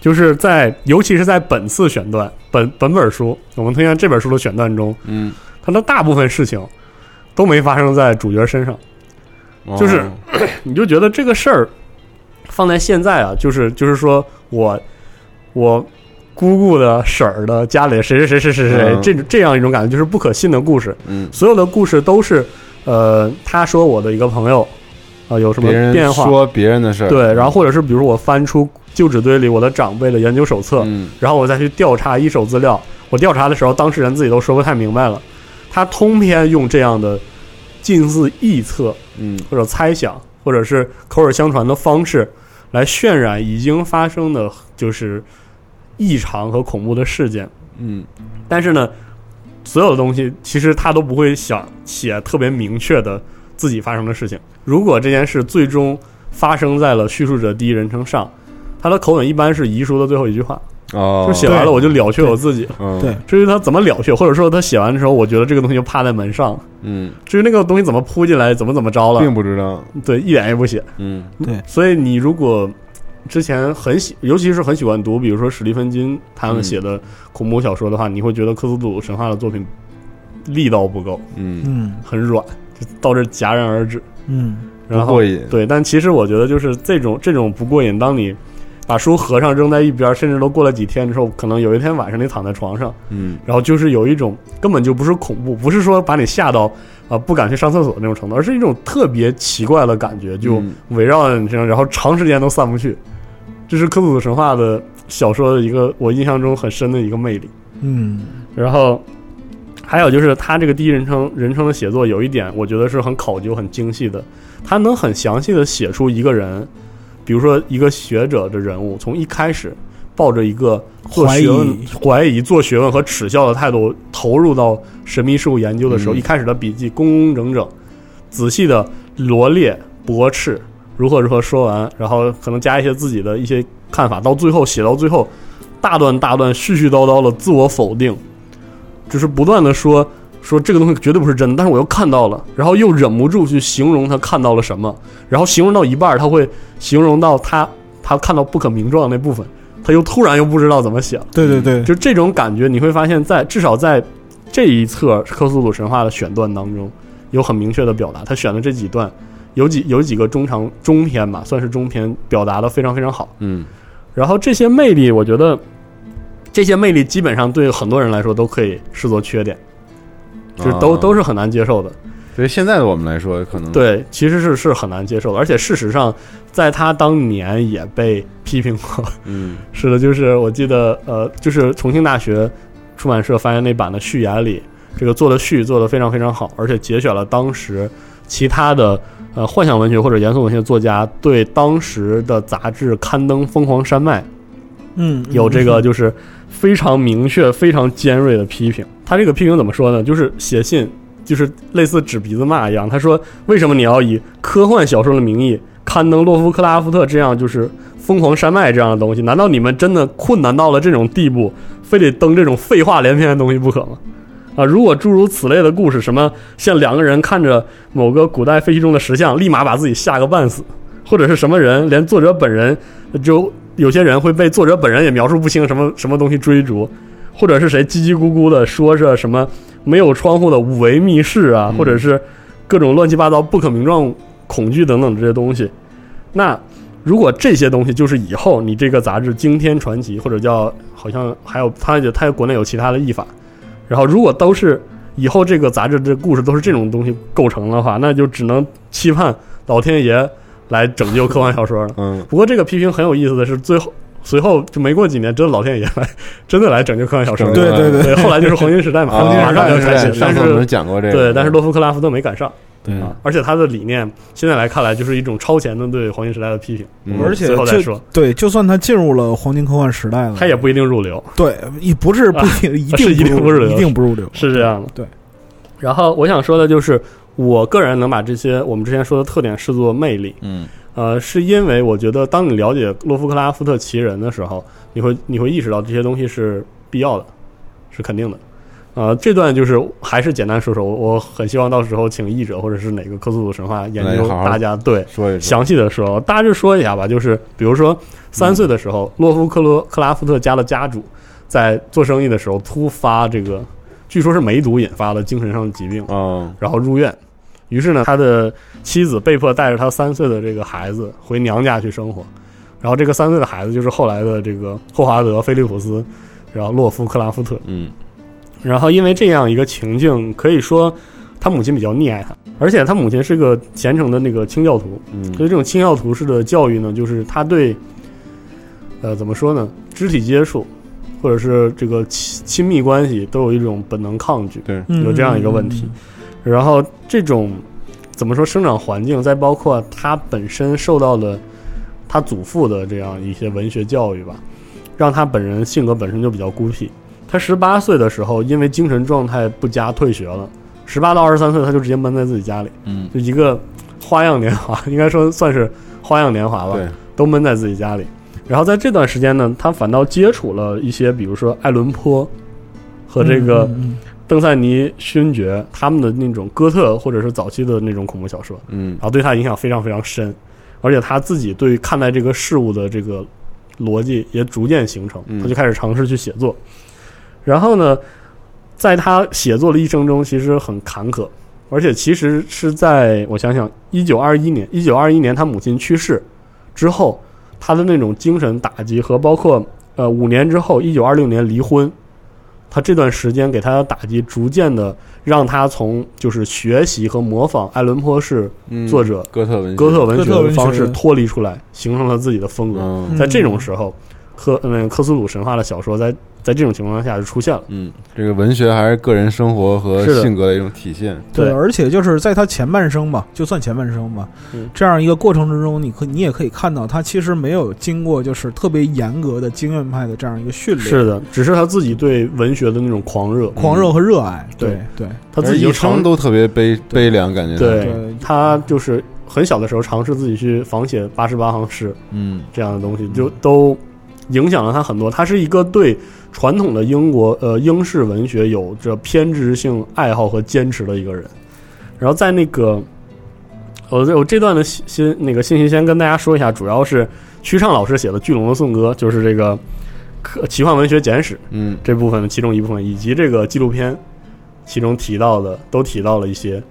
Speaker 2: 就是在尤其是在本次选段本本本书我们推荐这本书的选段中，
Speaker 3: 嗯，
Speaker 2: 它的大部分事情都没发生在主角身上，
Speaker 3: 哦
Speaker 2: 就是你就觉得这个事儿放在现在啊，就是就是说我我姑姑的婶儿的家里谁谁谁谁谁谁
Speaker 3: 嗯
Speaker 2: 这这样一种感觉，就是不可信的故事，
Speaker 3: 嗯，
Speaker 2: 所有的故事都是呃，他说我的一个朋友。啊、有什么
Speaker 3: 别人
Speaker 2: 变化？
Speaker 3: 说别人的事儿，
Speaker 2: 对，然后或者是比如说我翻出旧纸堆里我的长辈的研究手册，
Speaker 3: 嗯
Speaker 2: 然后我再去调查一手资料。我调查的时候，当事人自己都说不太明白了。他通篇用这样的近似臆测
Speaker 3: 嗯
Speaker 2: 或者猜想，或者是口耳相传的方式，来渲染已经发生的就是异常和恐怖的事件。
Speaker 3: 嗯
Speaker 2: 但是呢，所有的东西其实他都不会想写特别明确的自己发生的事情。如果这件事最终发生在了叙述者第一人称上，他的口吻一般是遗书的最后一句话，
Speaker 3: 哦，
Speaker 2: 就写完了
Speaker 9: 对
Speaker 2: 我就了却我自己了。
Speaker 3: 嗯
Speaker 9: 对
Speaker 2: 至于他怎么了却，或者说他写完的时候，我觉得这个东西就趴在门上了。
Speaker 3: 嗯，
Speaker 2: 至于那个东西怎么扑进来，怎么怎么着了
Speaker 3: 并，不知道，
Speaker 2: 对，一点也不写。
Speaker 3: 嗯
Speaker 2: *laughs* 所以你如果之前很喜，尤其是很喜欢读，比如说史蒂芬金他
Speaker 3: 嗯
Speaker 2: 们写的恐怖小说的话，你会觉得克苏鲁神话的作品力道不够，
Speaker 3: 嗯，
Speaker 9: 嗯
Speaker 2: 很软，就到这戛然而止。
Speaker 9: 嗯，
Speaker 2: 然
Speaker 3: 不
Speaker 2: 后
Speaker 3: 过瘾
Speaker 2: 对，但其实我觉得就是这种这种不过瘾，当你把书合上扔在一边，甚至都过了几天之后，可能有一天晚上你躺在床上，
Speaker 3: 嗯
Speaker 2: 然后就是有一种根本就不是恐怖，不是说把你吓到啊、不敢去上厕所那种程度，而是一种特别奇怪的感觉，就
Speaker 3: 嗯
Speaker 2: 围绕在你身上，然后长时间都散不去。这是科普鲁神话的小说的一个我印象中很深的一个魅力。
Speaker 9: 嗯，
Speaker 2: 然后还有就是他这个第一人称人称的写作有一点，我觉得是很考究、很精细的，他能很详细的写出一个人，比如说一个学者的人物，从一开始抱着一个做
Speaker 9: 怀疑
Speaker 2: 学问、怀疑、做学问和耻笑的态度投入到神秘事物研究的时候，
Speaker 3: 嗯
Speaker 2: 一开始的笔记工工整整、仔细的罗列、驳斥。如何如何说完，然后可能加一些自己的一些看法，到最后写到最后，大段大段絮絮叨叨的自我否定，就是不断的说说这个东西绝对不是真的，但是我又看到了，然后又忍不住去形容他看到了什么，然后形容到一半儿，他会形容到他他看到不可名状的那部分，他又突然又不知道怎么写了，
Speaker 9: 对对 *laughs* 对，
Speaker 2: 就这种感觉，你会发现在至少在这一册科苏鲁神话的选段当中，有很明确的表达，他选的这几段有几有几个中长中篇吧，算是中篇，表达的非常非常好。
Speaker 3: 嗯，
Speaker 2: 然后这些魅力，我觉得这些魅力基本上对很多人来说都可以视作缺点，就是都、
Speaker 3: 啊
Speaker 2: 都是很难接受的。
Speaker 3: 对于现在的我们来说，可能
Speaker 2: 对，其实是是很难接受的，而且事实上，在他当年也被批评过。
Speaker 3: 嗯，
Speaker 2: 是的，就是我记得，呃，就是重庆大学出版社发现那版的序言里，这个做的序做的非常非常好，而且节选了当时其他的呃幻想文学或者严肃文学作家对当时的杂志刊登《疯狂山脉》
Speaker 9: 嗯，
Speaker 2: 有这个就是非常明确、非常尖锐的批评。他这个批评怎么说呢？就是写信，就是类似指鼻子骂一样。他说：“为什么你要以科幻小说的名义刊登洛夫克拉夫特这样就是疯狂山脉这样的东西？难道你们真的困难到了这种地步，非得登这种废话连篇的东西不可吗？”啊，如果诸如此类的故事，什么像两个人看着某个古代废墟中的石像，立马把自己吓个半死，或者是什么人，连作者本人就有些人会被作者本人也描述不清什么什么东西追逐，或者是谁叽叽咕咕的说着什么没有窗户的五维密室啊，或者是各种乱七八糟不可名状恐惧等等这些东西，那。如果这些东西就是以后你这个杂志《惊天传奇》或者叫好像还有它有它有国内有其他的译法，然后如果都是以后这个杂志这故事都是这种东西构成的话，那就只能期盼老天爷来拯救科幻小说了。
Speaker 3: 嗯，
Speaker 2: 不过这个批评很有意思的是，最后随后就没过几年，真的老天爷来 *laughs* 真的来拯救科幻小说了。
Speaker 3: 拯救了
Speaker 2: 对
Speaker 3: 对对对
Speaker 2: 后来就是黄金时
Speaker 3: *laughs*
Speaker 2: 代嘛，
Speaker 3: 啊
Speaker 2: 马上就要
Speaker 3: 黄金时代
Speaker 2: 开启了。
Speaker 3: 上
Speaker 2: 但
Speaker 3: 次
Speaker 2: 是
Speaker 3: 我们讲过这个
Speaker 2: 对，但是洛夫克拉夫特没赶上。
Speaker 3: 对
Speaker 2: 啊，而且他的理念现在来看来就是一种超前的对黄金时代的批评。我们
Speaker 3: 嗯
Speaker 9: 而且
Speaker 2: 随后再
Speaker 9: 就
Speaker 2: 说，
Speaker 9: 对，就算他进入了黄金科幻时代了，
Speaker 2: *laughs* 他也不一定入流。
Speaker 9: 对，也不是不一
Speaker 2: *laughs*
Speaker 9: 定，一
Speaker 2: 啊是一
Speaker 9: 定
Speaker 2: 定入
Speaker 9: 不入
Speaker 2: 流，
Speaker 9: 一定不入流。
Speaker 2: 是这样的。
Speaker 9: 对。
Speaker 2: 然后我想说的就是，我个人能把这些我们之前说的特点视作魅力，
Speaker 3: 嗯
Speaker 2: 呃，是因为我觉得当你了解洛夫克拉夫特奇人的时候，你会你会意识到这些东西是必要的，是肯定的。呃，这段就是还是简单说说，我我很希望到时候请译者或者是哪个科苏鲁神话研
Speaker 3: 来
Speaker 2: 究
Speaker 3: 好好
Speaker 2: 大家对
Speaker 3: 说一说，
Speaker 2: 详细的说，大致说一下吧。就是比如说，三岁的时候，洛夫克罗克拉夫特家的家主在做生意的时候突发这个，据说是梅毒引发的精神上的疾病，
Speaker 3: 嗯
Speaker 2: 然后入院。于是呢，他的妻子被迫带着他三岁的这个孩子回娘家去生活。然后这个三岁的孩子就是后来的这个霍华德·菲利普斯，然后洛夫克拉夫特。
Speaker 3: 嗯
Speaker 2: 然后因为这样一个情境，可以说他母亲比较溺爱他，而且他母亲是个虔诚的那个清教徒。所
Speaker 3: 嗯
Speaker 2: 以这种清教徒式的教育呢，就是他对，呃，怎么说呢，肢体接触，或者是这个亲亲密关系，都有一种本能抗拒，
Speaker 3: 对，
Speaker 9: 嗯
Speaker 2: 有这样一个问题。然后这种怎么说生长环境，再包括他本身受到的他祖父的这样一些文学教育吧，让他本人性格本身就比较孤僻。他十八岁的时候，因为精神状态不佳退学了。十八到二十三岁，他就直接闷在自己家里，
Speaker 3: 嗯
Speaker 2: 就一个花样年华，应该说算是花样年华吧，
Speaker 3: 对，
Speaker 2: 都闷在自己家里。然后在这段时间呢，他反倒接触了一些，比如说爱伦坡和这个邓赛尼勋爵他们的那种哥特或者是早期的那种恐怖小说，
Speaker 3: 嗯
Speaker 2: 然后对他影响非常非常深，而且他自己对于看待这个事物的这个逻辑也逐渐形成
Speaker 3: 嗯，
Speaker 2: 他就开始尝试去写作。然后呢，在他写作的一生中，其实很坎坷，而且其实是在我想想，一九二一年，一九二一年他母亲去世之后，他的那种精神打击和包括呃五年之后，一九二六年离婚。他这段时间给他的打击，逐渐的让他从就是学习和模仿爱伦坡式
Speaker 3: 嗯，
Speaker 2: 作者
Speaker 3: 哥特文学
Speaker 2: 哥特文学
Speaker 9: 哥特文
Speaker 2: 的
Speaker 9: 学
Speaker 2: 方式脱离出来，形成了自己的风格。
Speaker 3: 嗯
Speaker 2: 在这种时候，科嗯科苏鲁神话的小说在在这种情况下就出现了。
Speaker 3: 嗯，这个文学还是个人生活和
Speaker 2: 是的
Speaker 3: 性格的一种体现，
Speaker 9: 对，
Speaker 2: 对
Speaker 9: 而且就是在他前半生吧，就算前半生吧，
Speaker 2: 嗯
Speaker 9: 这样一个过程之中，你可你也可以看到，他其实没有经过就是特别严格的经验派的这样一个训练，
Speaker 2: 是的，只是他自己对文学的那种狂热，
Speaker 9: 狂热和热爱。
Speaker 2: 对
Speaker 9: 对对
Speaker 2: 他自己
Speaker 3: 一
Speaker 2: 就尝
Speaker 3: 生都特别悲悲凉，感觉
Speaker 2: 对
Speaker 9: 对，
Speaker 2: 他就是很小的时候尝试自己去仿写八十八行诗
Speaker 3: 嗯
Speaker 2: 这样的东西，就都影响了他很多。他是一个对传统的英国呃英式文学有着偏执性爱好和坚持的一个人。然后在那个，呃我这我这段的信信那个信息先跟大家说一下，主要是曲畅老师写的《巨龙的颂歌》，就是这个科奇幻文学简史
Speaker 3: 嗯
Speaker 2: 这部分的其中一部分，以及这个纪录片其中提到的都提到了一些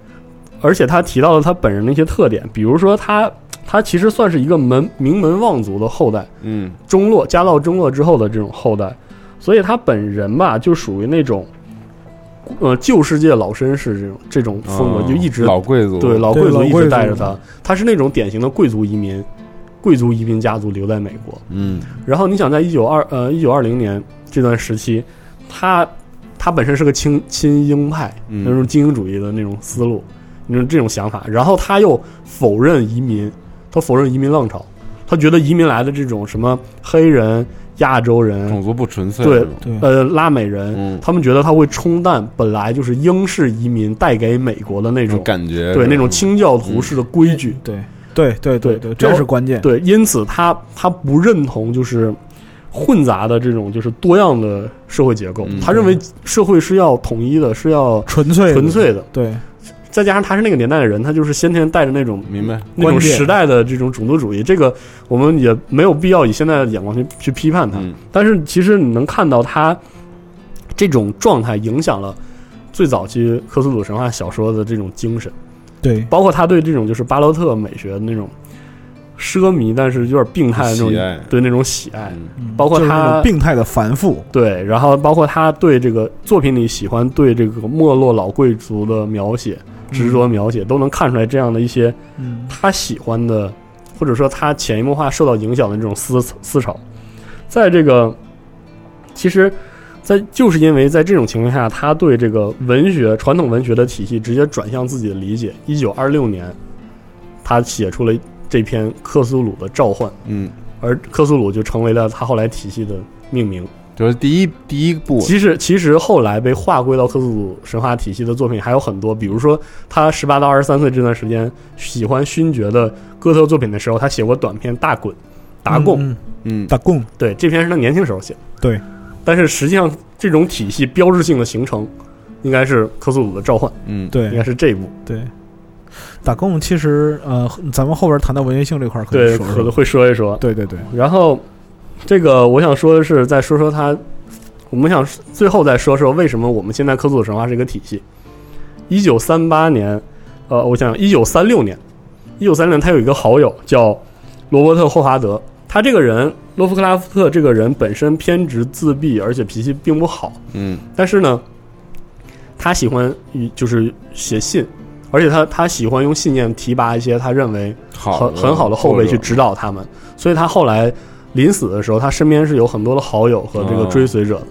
Speaker 2: 而且他提到了他本人的一些特点，比如说他他其实算是一个门名门望族的后代，
Speaker 3: 嗯，
Speaker 2: 中落家道中落之后的这种后代，所以他本人吧就属于那种，呃，旧世界老绅士这种这种风格，
Speaker 3: 哦
Speaker 2: 就一直
Speaker 3: 老贵族
Speaker 2: 对老
Speaker 9: 对
Speaker 2: 贵族
Speaker 9: 老
Speaker 2: 一
Speaker 9: 贵
Speaker 2: 直
Speaker 9: 族
Speaker 2: 带着他，他是那种典型的贵族移民，贵族移民家族留在美国，
Speaker 3: 嗯
Speaker 2: 然后你想在一九二呃一九二零年这段时期，他他本身是个亲亲英派，
Speaker 3: 嗯
Speaker 2: 那种精英主义的那种思路，那种这种想法，然后他又否认移民，他否认移民浪潮，他觉得移民来的这种什么黑人、亚洲人
Speaker 3: 种、族不纯粹，
Speaker 2: 对
Speaker 3: 是吗
Speaker 9: 对
Speaker 2: 呃拉美人，
Speaker 3: 嗯
Speaker 2: 他们觉得他会冲淡本来就是英式移民带给美国的那
Speaker 3: 那
Speaker 2: 种
Speaker 3: 种感觉，
Speaker 2: 对
Speaker 3: 是
Speaker 2: 那
Speaker 3: 吧
Speaker 2: 种清教徒式的规矩。
Speaker 9: 对对对
Speaker 2: 对
Speaker 9: 对对，这
Speaker 2: 然后
Speaker 9: 是关键。
Speaker 2: 对，因此他他不认同就是混杂的这种就是多样的社会结构，
Speaker 3: 嗯
Speaker 2: 他认为社会是要统一的，是要
Speaker 9: 纯粹的
Speaker 2: 纯粹的。
Speaker 9: 对
Speaker 2: 再加上他是那个年代的人，他就是先天带着那种
Speaker 3: 明白，
Speaker 2: 嗯那种
Speaker 9: 观点
Speaker 2: 时代的这种种族主义，这个我们也没有必要以现在的眼光去去批判他。
Speaker 3: 嗯
Speaker 2: 但是其实你能看到他这种状态影响了最早期克苏鲁神话小说的这种精神。
Speaker 9: 对
Speaker 2: 包括他对这种就是巴洛特美学的那种奢靡，但是有点病态的那
Speaker 3: 喜
Speaker 2: 种
Speaker 3: 爱
Speaker 2: 对那种喜爱，
Speaker 3: 嗯
Speaker 9: 嗯
Speaker 2: 包括
Speaker 9: 就是那
Speaker 2: 他
Speaker 9: 种病态的繁复，
Speaker 2: 对，然后包括他对这个作品里喜欢对这个没落老贵族的描写、执着描写，都能看出来这样的一些
Speaker 9: 嗯，
Speaker 2: 他喜欢的，或者说他潜移默化受到影响的这种思思潮，在这个其实。在就是因为在这种情况下，他对这个文学传统文学的体系直接转向自己的理解。一九二六年，他写出了这篇《克苏鲁的召唤》，
Speaker 3: 嗯，
Speaker 2: 而克苏鲁就成为了他后来体系的命名。
Speaker 3: 就是第一第一部
Speaker 2: 其实，其实后来被划归到克苏鲁神话体系的作品还有很多，比如说他十八到二十三岁这段时间喜欢勋爵的哥特作品的时候，他写过短篇《大滚》《打贡》
Speaker 9: 嗯，嗯
Speaker 3: 嗯
Speaker 9: 打贡，
Speaker 2: 对，这篇是他年轻时候写的。
Speaker 9: 对，
Speaker 2: 但是实际上这种体系标志性的形成，应该是克苏鲁的召唤，
Speaker 3: 嗯
Speaker 2: 应该
Speaker 9: 对
Speaker 2: 是这一部。
Speaker 9: 对。打贡其实，呃，咱们后边谈到文学性这块儿可以
Speaker 2: 对，
Speaker 9: 说
Speaker 2: 可能
Speaker 9: 说。
Speaker 2: 会说一说。
Speaker 9: 对对对，
Speaker 2: 然后，这个我想说的是，再说说他，我们想最后再说说为什么我们现在科苏鲁神话是一个体系。一九三八年，呃，我想一九三六年，一九三六年他有一个好友叫罗伯特·霍华德，他这个人，洛夫克拉夫特这个人本身偏执、自闭，而且脾气并不好，
Speaker 3: 嗯
Speaker 2: 但是呢，他喜欢与就是写信。而且他他喜欢用信念提拔一些他认为
Speaker 3: 好
Speaker 2: 很很好的后辈去指导他们，所以他后来临死的时候，他身边是有很多的好友和这个
Speaker 3: 哦
Speaker 2: 追随者的。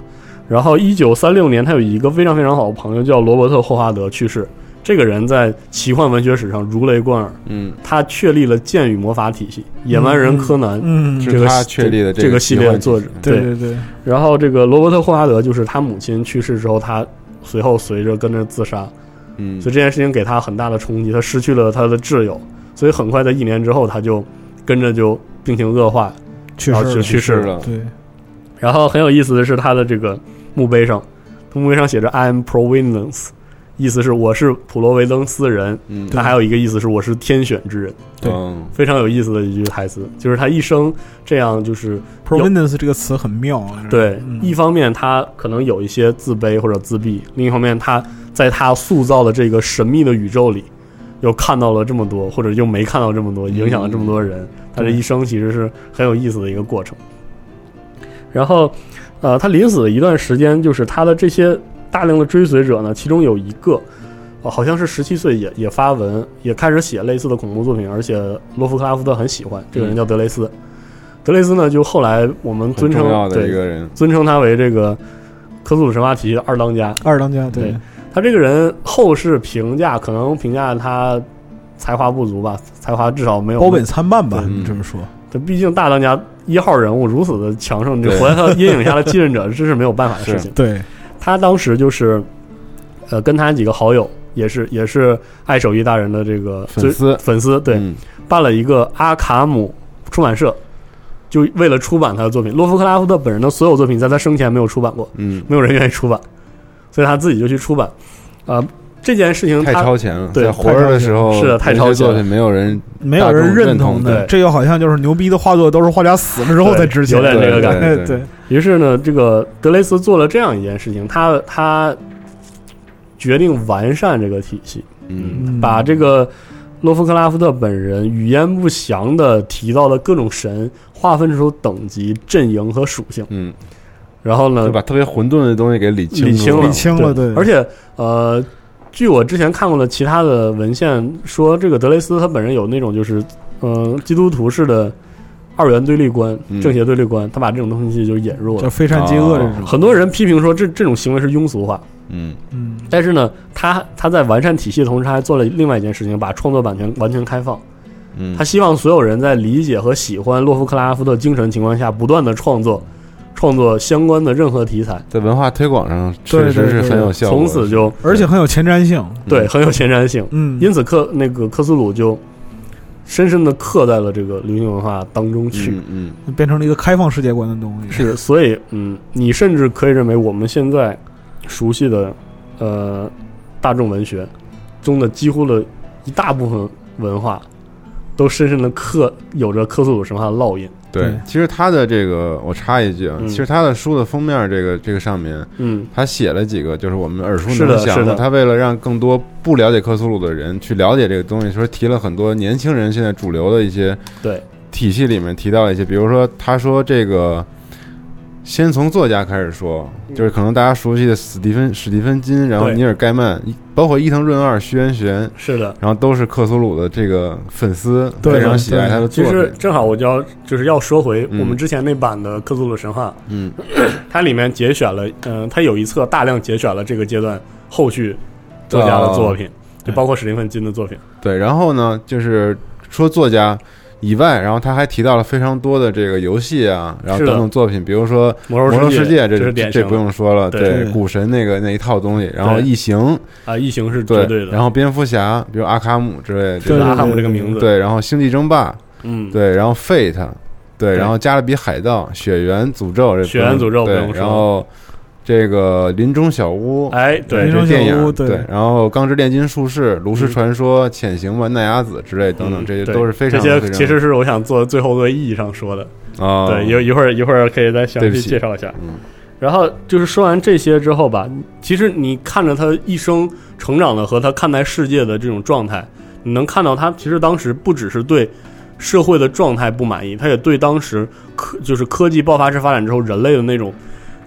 Speaker 2: 然后，一九三六年，他有一个非常非常好的朋友叫罗伯特·霍华德去世。这个人在奇幻文学史上如雷贯耳，
Speaker 3: 嗯，
Speaker 2: 他确立了剑与魔法体系，野蛮人柯南、
Speaker 9: 嗯，
Speaker 2: 这个
Speaker 3: 是他确立的
Speaker 2: 这
Speaker 3: 这
Speaker 2: 个
Speaker 3: 个
Speaker 2: 系
Speaker 3: 奇
Speaker 2: 列
Speaker 3: 幻
Speaker 2: 作
Speaker 3: 体
Speaker 2: 者
Speaker 3: 系。
Speaker 9: 对对对，
Speaker 2: 然后，这个罗伯特·霍华德就是他母亲去世之后，他随后随着跟着自杀。
Speaker 3: 嗯
Speaker 2: 所以这件事情给他很大的冲击，他失去了他的挚友，所以很快在一年之后，他就跟着就病情恶化，
Speaker 9: 去
Speaker 2: 然后
Speaker 9: 世
Speaker 2: 就
Speaker 9: 了
Speaker 2: 去世了。
Speaker 3: 了，
Speaker 9: 对，
Speaker 2: 然后很有意思的是，他的这个墓碑上，墓碑上写着 “I am Providence”，意思是我是普罗维登斯人。
Speaker 3: 嗯，
Speaker 2: 那还有一个意思是我是天选之人，
Speaker 9: 对
Speaker 3: 嗯
Speaker 2: 非常有意思的一句台词，就是他一生这样，就是有
Speaker 9: providence 这个词很妙啊，这
Speaker 2: 对，
Speaker 9: 嗯
Speaker 2: 一方面他可能有一些自卑或者自闭，另一方面他在他塑造的这个神秘的宇宙里，又看到了这么多，或者又没看到这么多，影响了这么多人。他这一生其实是很有意思的一个过程。然后，呃，他临死的一段时间，就是他的这些大量的追随者呢，其中有一个。呃好像是十七岁也也发文，也开始写类似的恐怖作品，而且洛夫克拉夫特很喜欢这个
Speaker 3: 嗯
Speaker 2: 人叫德雷斯。德雷斯呢，就后来我们尊
Speaker 3: 很
Speaker 2: 称
Speaker 3: 重要的
Speaker 2: 对
Speaker 3: 一个人，
Speaker 2: 尊称他为这个科苏鲁神话体系的二当家。
Speaker 9: 二当家
Speaker 2: 对他这个人后世评价可能评价他才华不足吧，才华至少没有
Speaker 9: 包本参半吧，
Speaker 2: 对
Speaker 9: 你这么说，
Speaker 2: 这毕竟大当家一号人物如此的强盛，你
Speaker 3: 对
Speaker 2: 活在他阴影下的继任者，这是没有办法的
Speaker 3: *laughs*
Speaker 2: 事情。
Speaker 9: 对，
Speaker 2: 他当时就是，呃，跟他几个好友。也是也是爱手艺大人的这个
Speaker 3: 粉
Speaker 2: 最
Speaker 3: 丝
Speaker 2: 粉丝对，
Speaker 3: 嗯
Speaker 2: 办了一个阿卡姆出版社，就为了出版他的作品。洛夫克拉夫特本人的所有作品在他生前没有出版过，
Speaker 3: 嗯，
Speaker 2: 没有人愿意出版，所以他自己就去出版。啊、这件事情
Speaker 3: 太
Speaker 2: 他
Speaker 3: 超前了，
Speaker 2: 对
Speaker 3: 在活着的时候
Speaker 2: 是的太
Speaker 3: 这
Speaker 2: 超
Speaker 3: 些
Speaker 2: 前
Speaker 3: 作
Speaker 2: 了
Speaker 3: 品没有人
Speaker 9: 没有人认同
Speaker 2: 大众认同对
Speaker 9: 的，这就好像就是牛逼的画作都是画家死了之后
Speaker 2: 对
Speaker 9: 才值钱，
Speaker 2: 有点这个感
Speaker 3: 觉
Speaker 9: 哎
Speaker 3: 对
Speaker 9: 对，
Speaker 2: 于是呢，这个德雷斯做了这样一件事情，他他决定完善这个体系。
Speaker 3: 嗯
Speaker 2: 把这个洛夫克拉夫特本人语言不详的提到的各种神划分出等级、阵营和属性。
Speaker 3: 嗯，
Speaker 2: 然后呢，
Speaker 3: 就把特别混沌的东西给理清
Speaker 2: 呃理清
Speaker 3: 了，
Speaker 2: 了，对。而且呃，据我之前看过的其他的文献说，这个德雷斯他本人有那种就是呃基督徒式的。二元对立观、
Speaker 3: 嗯
Speaker 2: 正邪对立观，他把这种东西就引入了，
Speaker 9: 叫非善即恶这种
Speaker 2: 很多人批评说这这种行为是庸俗化，
Speaker 3: 嗯
Speaker 9: 嗯。
Speaker 2: 但是呢，他他在完善体系的同时，他还做了另外一件事情，把创作版权完全开放。
Speaker 3: 嗯
Speaker 2: 他希望所有人在理解和喜欢洛夫克拉夫特精神情况下，不断的创作，创作相关的任何题材。
Speaker 3: 在文化推广上
Speaker 2: 对
Speaker 3: 确实
Speaker 2: 对
Speaker 3: 是
Speaker 2: 对
Speaker 3: 很有效果
Speaker 2: 从
Speaker 3: 的，
Speaker 2: 此就
Speaker 9: 而且很有前瞻性。
Speaker 2: 对很有前瞻性。
Speaker 9: 嗯，
Speaker 2: 因此克那个克苏鲁就深深的刻在了这个流行文化当中去。
Speaker 3: 嗯，
Speaker 9: 变成了一个开放世界观的东西。
Speaker 2: 是，所以嗯，你甚至可以认为我们现在熟悉的呃大众文学中的几乎的一大部分文化，都深深的刻有着克苏鲁神话的烙印。
Speaker 3: 对，其实他的这个，我插一句啊，
Speaker 2: 嗯
Speaker 3: 其实他的书的封面这个这个上面，
Speaker 2: 嗯，
Speaker 3: 他写了几个，就是我们耳熟
Speaker 2: 是
Speaker 3: 能
Speaker 2: 的
Speaker 3: 详
Speaker 2: 是的
Speaker 3: 他为了让更多不了解克苏鲁的人去了解这个东西，说提了很多年轻人现在主流的一些
Speaker 2: 对
Speaker 3: 体系里面提到一些，比如说他说这个。先从作家开始说，就是可能大家熟悉的史蒂芬、史蒂芬金，然后
Speaker 2: 嗯对
Speaker 3: 尼尔盖曼，包括伊藤润二、徐元玄，
Speaker 2: 是的，
Speaker 3: 然后都是克苏鲁的这个粉丝，非常喜爱他的
Speaker 2: 其
Speaker 3: 作品。
Speaker 2: 实正好我就要就是要说回
Speaker 3: 嗯
Speaker 2: 我们之前那版的《克苏鲁神话》，
Speaker 3: 嗯，
Speaker 2: *clears throat* 它里面节选了，嗯、它有一册大量节选了这个阶段后续作家的作品，
Speaker 3: 哦
Speaker 2: 就包括史蒂芬金的作品。
Speaker 3: 对，然后呢，就是说作家以外，然后他还提到了非常多的这个游戏啊，然后
Speaker 2: 是的
Speaker 3: 等等作品，比如说《
Speaker 2: 魔
Speaker 3: 魔
Speaker 2: 兽世界
Speaker 3: 世这
Speaker 2: 这是典型
Speaker 3: 不用说了，
Speaker 2: 对对
Speaker 3: 股神那个那一套东西，然后
Speaker 2: 对
Speaker 3: 异形
Speaker 2: 啊，异形是绝
Speaker 3: 对
Speaker 2: 对的
Speaker 3: 然后蝙蝠侠，比如阿卡姆之类的，
Speaker 2: 是的阿卡姆这个名字
Speaker 3: 对，然后星际争霸，
Speaker 2: 嗯
Speaker 3: 对，然后 Fate，对，
Speaker 2: 对
Speaker 3: 然后加勒比海盗、血缘诅咒，这
Speaker 2: 血缘诅咒
Speaker 3: 对
Speaker 2: 不用，说
Speaker 3: 然后。这个林中小屋，
Speaker 2: 哎对
Speaker 3: 这
Speaker 2: 林中小
Speaker 3: 电
Speaker 2: 屋
Speaker 3: 影
Speaker 2: 对
Speaker 3: 然后《钢之炼金术士》《炉石传说》《潜行吧奈亚子》之类等等，
Speaker 2: 嗯
Speaker 3: 这些
Speaker 2: 对
Speaker 3: 都是非常
Speaker 2: 这
Speaker 3: 非
Speaker 2: 些
Speaker 3: 常
Speaker 2: 其实是我想做最后的意义上说的。
Speaker 3: 哦
Speaker 2: 对，一一会儿一会儿可以再详
Speaker 3: 对不
Speaker 2: 细
Speaker 3: 起嗯
Speaker 2: 介绍一下。然后就是说完这些之后吧，其实你看着他一生成长的和他看待世界的这种状态，你能看到他其实当时不只是对社会的状态不满意，他也对当时科就是科技爆发式发展之后人类的那种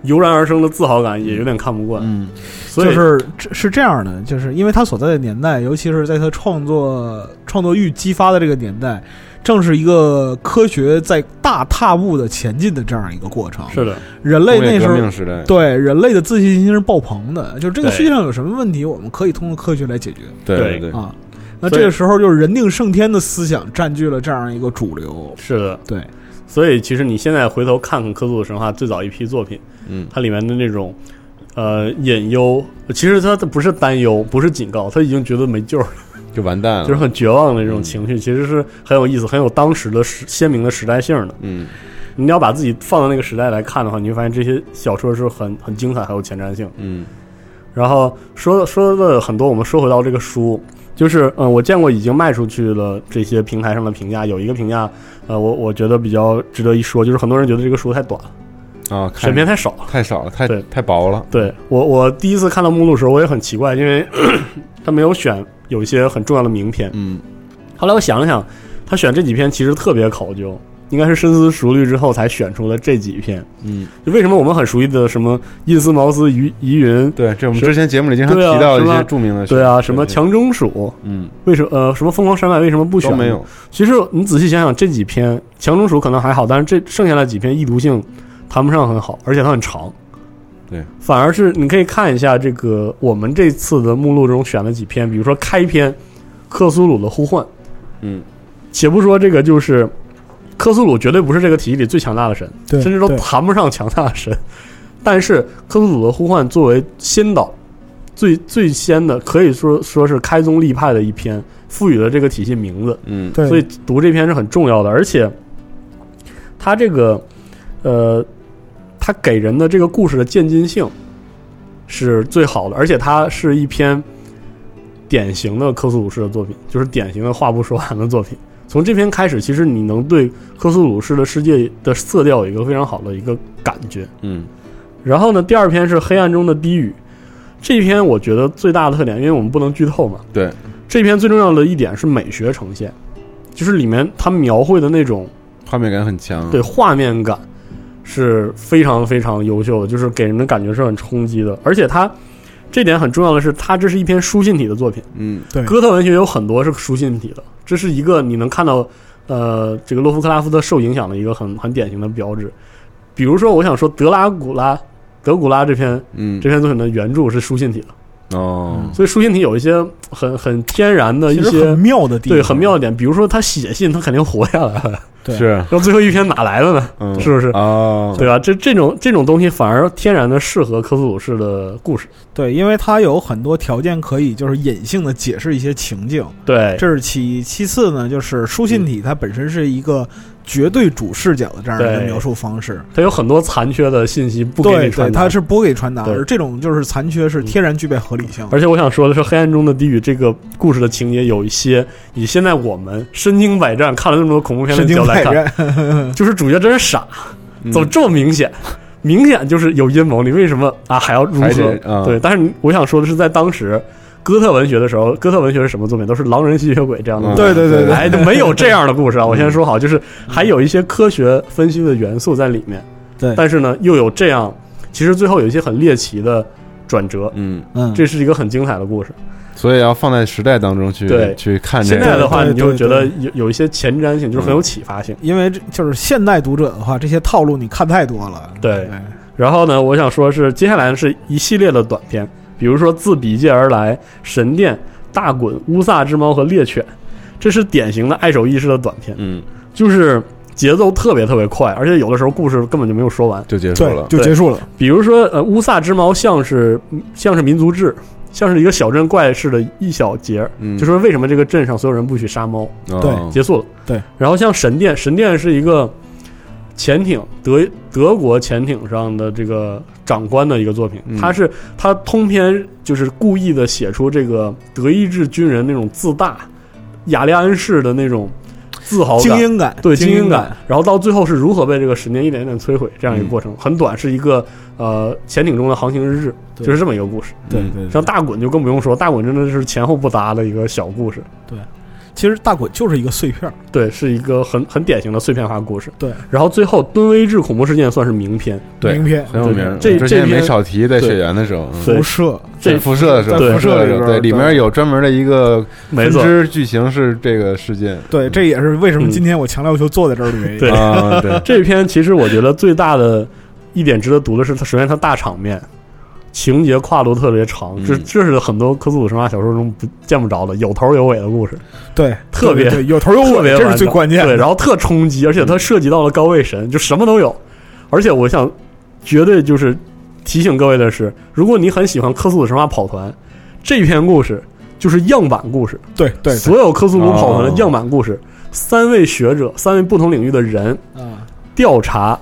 Speaker 2: 油然而生的自豪感也有点看不惯。
Speaker 3: 嗯，
Speaker 2: 所以
Speaker 9: 就是这是这样的，就是因为他所在的年代，尤其是在他创作创作欲激发的这个年代，正是一个科学在大踏步的前进的这样一个过程。
Speaker 2: 是的，
Speaker 9: 人类那
Speaker 3: 工
Speaker 9: 时
Speaker 3: 业革命
Speaker 9: 候
Speaker 3: 时代
Speaker 9: 对人类的自信心是爆棚的，就是这个
Speaker 3: 对
Speaker 9: 世界上有什么问题，我们可以通过科学来解决。
Speaker 3: 对对
Speaker 9: 啊，那
Speaker 2: 所以
Speaker 9: 这个时候就是人定胜天的思想占据了这样一个主流。
Speaker 2: 是的，
Speaker 9: 对。
Speaker 2: 所以其实你现在回头看看科苏鲁神话最早一批作品，
Speaker 3: 嗯，
Speaker 2: 它里面的那种呃隐忧，其实它不是担忧，不是警告，他已经觉得没救了，
Speaker 3: 就完蛋了，
Speaker 2: 就是很绝望的
Speaker 3: 嗯
Speaker 2: 这种情绪，其实是很有意思，很有当时的时鲜明的时代性的。
Speaker 3: 嗯，
Speaker 2: 你要把自己放到那个时代来看的话，你会发现这些小说是很很精彩，还有前瞻性。
Speaker 3: 嗯，
Speaker 2: 然后说说了很多，我们说回到这个书，就是嗯，我见过已经卖出去了这些平台上的评价，有一个评价，呃，我我觉得比较值得一说，就是很多人觉得这个书太短了，
Speaker 3: 啊，看
Speaker 2: 选片太少，
Speaker 3: 太少了，太
Speaker 2: 对
Speaker 3: 太薄了，
Speaker 2: 对我，我第一次看到目录的时候，我也很奇怪，因为 *coughs* 他没有选有一些很重要的名片。
Speaker 3: 嗯，
Speaker 2: 后来我想了想，他选这几篇其实特别考究，应该是深思熟虑之后才选出了这几篇。
Speaker 3: 嗯，
Speaker 2: 就为什么我们很熟悉的什么印斯茅斯疑疑云，
Speaker 3: 对，这我们
Speaker 2: 是
Speaker 3: 之前节目里经常
Speaker 2: 对啊
Speaker 3: 提到的
Speaker 2: 什
Speaker 3: 一
Speaker 2: 么
Speaker 3: 些著名的
Speaker 2: 对啊，
Speaker 3: 选
Speaker 2: 什么
Speaker 3: 选
Speaker 2: 强中暑，
Speaker 3: 嗯，
Speaker 2: 为什么呃什么疯狂山脉为什么不选？
Speaker 3: 都没有。
Speaker 2: 其实你仔细想想，这几篇强中暑可能还好，但是这剩下的几篇易读性谈不上很好，而且它很长。
Speaker 3: 对，
Speaker 2: 反而是你可以看一下这个我们这次的目录中选了几篇，比如说开篇《克苏鲁的呼唤》，
Speaker 3: 嗯，
Speaker 2: 且不说这个就是克苏鲁绝对不是这个体系里最强大的神，
Speaker 9: 对
Speaker 2: 甚至都
Speaker 9: 对
Speaker 2: 谈不上强大的神， *laughs* 但是克苏鲁的呼唤作为先导。最最先的可以说说是开宗立派的一篇，赋予了这个体系名字。
Speaker 3: 嗯
Speaker 9: 对
Speaker 2: 所以读这篇是很重要的，而且他这个呃，他给人的这个故事的渐进性是最好的，而且它是一篇典型的科苏鲁式的作品，就是典型的话不说完的作品。从这篇开始，其实你能对科苏鲁式的世界的色调有一个非常好的一个感觉。
Speaker 3: 嗯
Speaker 2: 然后呢，第二篇是《黑暗中的低语》，这一篇我觉得最大的特点，因为我们不能剧透嘛，
Speaker 3: 对，
Speaker 2: 这篇最重要的一点是美学呈现，就是里面它描绘的那种
Speaker 3: 画面感很强、
Speaker 2: 对，画面感是非常非常优秀的，就是给人的感觉是很冲击的。而且它这点很重要的是，它这是一篇书信体的作品。
Speaker 3: 嗯，
Speaker 9: 对，
Speaker 2: 哥特文学有很多是书信体的，这是一个你能看到，呃，这个洛夫克拉夫特受影响的一个很很典型的标志。比如说，我想说德拉古拉，德古拉这篇，
Speaker 3: 嗯，
Speaker 2: 这篇嗯作品的原著是书信体的，
Speaker 3: 哦，
Speaker 2: 所以书信体有一些很很天然的一
Speaker 9: 其实
Speaker 2: 些
Speaker 9: 很妙的地方，
Speaker 2: 对很妙的点，比如说他写信，他肯定活下来了，
Speaker 9: 对
Speaker 3: 是，啊
Speaker 2: 然后最后一篇哪来的呢？
Speaker 3: 嗯，
Speaker 2: 是不是？
Speaker 3: 哦，
Speaker 2: 对吧？这这种这种东西反而天然的适合科苏鲁式的故事，
Speaker 9: 对，因为它有很多条件可以就是隐性的解释一些情境，
Speaker 2: 对，
Speaker 9: 这是其其次呢，就是书
Speaker 2: 嗯
Speaker 9: 信体它本身是一个绝对主视角的这样的一个
Speaker 2: 对
Speaker 9: 描述方式，
Speaker 2: 它有很多残缺的信息不给
Speaker 9: 对
Speaker 2: 你
Speaker 9: 对，
Speaker 2: 传达
Speaker 9: 它。是不给传达，
Speaker 2: 对嗯
Speaker 9: 而这种就是残缺是天然具备合理性的。
Speaker 2: 而且我想说的是，《黑暗中的地狱》这个故事的情节有一些，以现在我们身经百战、看了那么多恐怖片的
Speaker 9: 神经
Speaker 2: 角度嗯来
Speaker 9: 百
Speaker 2: 看，
Speaker 9: 战，
Speaker 2: 就是主角真是傻，
Speaker 9: 嗯
Speaker 2: 怎么这么明显？明显就是有阴谋，你为什么啊还要如
Speaker 3: 还
Speaker 2: 何
Speaker 3: 得？啊
Speaker 2: 对，但是我想说的是，在当时哥特文学的时
Speaker 9: *laughs*
Speaker 2: 候，哥特文学是什么作品？都是狼人吸血鬼这样的
Speaker 3: 嗯
Speaker 2: 故事。
Speaker 9: 对对对对嗯
Speaker 2: 哎，就没有这样的
Speaker 9: *laughs*
Speaker 2: 故事啊！我先说好，就是还有一些科学分析的元素在里面，
Speaker 9: 对，
Speaker 2: 但是呢，又有这样，其实最后有一些很猎奇的转折，
Speaker 3: 嗯，
Speaker 9: 嗯，
Speaker 2: 这是一个很精彩的故事。
Speaker 3: 所以要放在时代当中去
Speaker 2: 对
Speaker 3: 去看这
Speaker 2: 现在
Speaker 3: 个，
Speaker 2: 的话，
Speaker 9: 对对嗯
Speaker 2: 你就会觉得
Speaker 9: 对
Speaker 2: 有有一些前瞻性，就是很有启发性。
Speaker 9: 因为这就是现代读者的话，这些套路你看太多了。哎
Speaker 2: 对然后呢，我想说是接下来是一系列的短片，比如说《自笔界而来》《神殿》《大滚》《乌萨之猫》和《猎犬》，这是典型的爱手艺式的短片，
Speaker 3: 嗯，
Speaker 2: 就是节奏特别特别快，而且有的时候故事根本就没有说完。
Speaker 3: 就结束
Speaker 9: 对，
Speaker 3: 了，
Speaker 9: 就结束了。
Speaker 2: 比如说，呃，《乌萨之猫》像是像是民族志，像是一个小镇怪事的一小节儿，
Speaker 3: 嗯，
Speaker 2: 就说为什么这个镇上所有人不许杀猫。
Speaker 3: 哦
Speaker 2: 结束了。
Speaker 9: 嗯对，
Speaker 2: 然后像神殿，神殿是一个潜艇德德国潜艇上的这个长官的一个作品，
Speaker 3: 嗯
Speaker 2: 他是他通篇就是故意的写出这个德意志军人那种自大、雅利安式的那种自豪
Speaker 9: 精
Speaker 2: 感。
Speaker 9: 英感，
Speaker 2: 对
Speaker 9: 精
Speaker 2: 精英感，，然后到最后是如何被这个神殿一点一点摧毁，这样一个过
Speaker 9: 嗯
Speaker 2: 程、很短，是一个呃潜艇中的航行日志，
Speaker 9: 对
Speaker 2: 就是这么一个故事。
Speaker 9: 对
Speaker 3: 嗯
Speaker 9: 对对。
Speaker 2: 像大滚就更不用说，大滚真的是前后不搭的一个小故事，
Speaker 9: 其实大滚就是一个碎片儿，
Speaker 2: 对，是一个很很典型的碎片化故事。
Speaker 9: 对，
Speaker 2: 然后最后敦威治恐怖事件算是名篇，
Speaker 3: 对
Speaker 9: 名片
Speaker 3: 很有名儿，
Speaker 2: 这
Speaker 3: 之前
Speaker 2: 这
Speaker 3: 没
Speaker 2: 篇
Speaker 3: 少提，在血缘的时候，嗯
Speaker 2: 对
Speaker 9: 辐射，
Speaker 2: 这
Speaker 3: 在辐射的时候，
Speaker 2: 对
Speaker 3: 辐射的时候，
Speaker 5: 对
Speaker 3: 对，里面有专门的一个
Speaker 2: 没
Speaker 3: 分
Speaker 2: 错，
Speaker 3: 支剧情是这个事件，
Speaker 9: 对，这也是为什么
Speaker 2: 嗯
Speaker 9: 今天我强调要求坐在这儿的
Speaker 2: *laughs*
Speaker 9: 原因。
Speaker 2: 对
Speaker 3: 啊，对，
Speaker 2: 这篇其实我觉得最大的一点值得读的是，它首先它大场面，情节跨度特别长，
Speaker 3: 嗯
Speaker 2: 这这是很多科苏鲁神话小说中不见不着的，有头有尾的故事，
Speaker 9: 对，
Speaker 2: 特别
Speaker 9: 对有头有
Speaker 2: 特
Speaker 9: 尾，
Speaker 2: 别
Speaker 9: 这
Speaker 2: 完
Speaker 9: 是最
Speaker 2: 整
Speaker 9: 关键的。嗯
Speaker 2: 对，然后特冲击，而且它涉及到了高位神，就什么都有。而且我想，绝对就是提醒各位的是，如果你很喜欢科苏鲁神话跑团，这篇故事就是样板故事，
Speaker 9: 对对
Speaker 2: 所有科苏鲁跑团
Speaker 3: 哦
Speaker 2: 的样板故事，三位学者，三位不同领域的人
Speaker 9: 啊，
Speaker 2: 调查，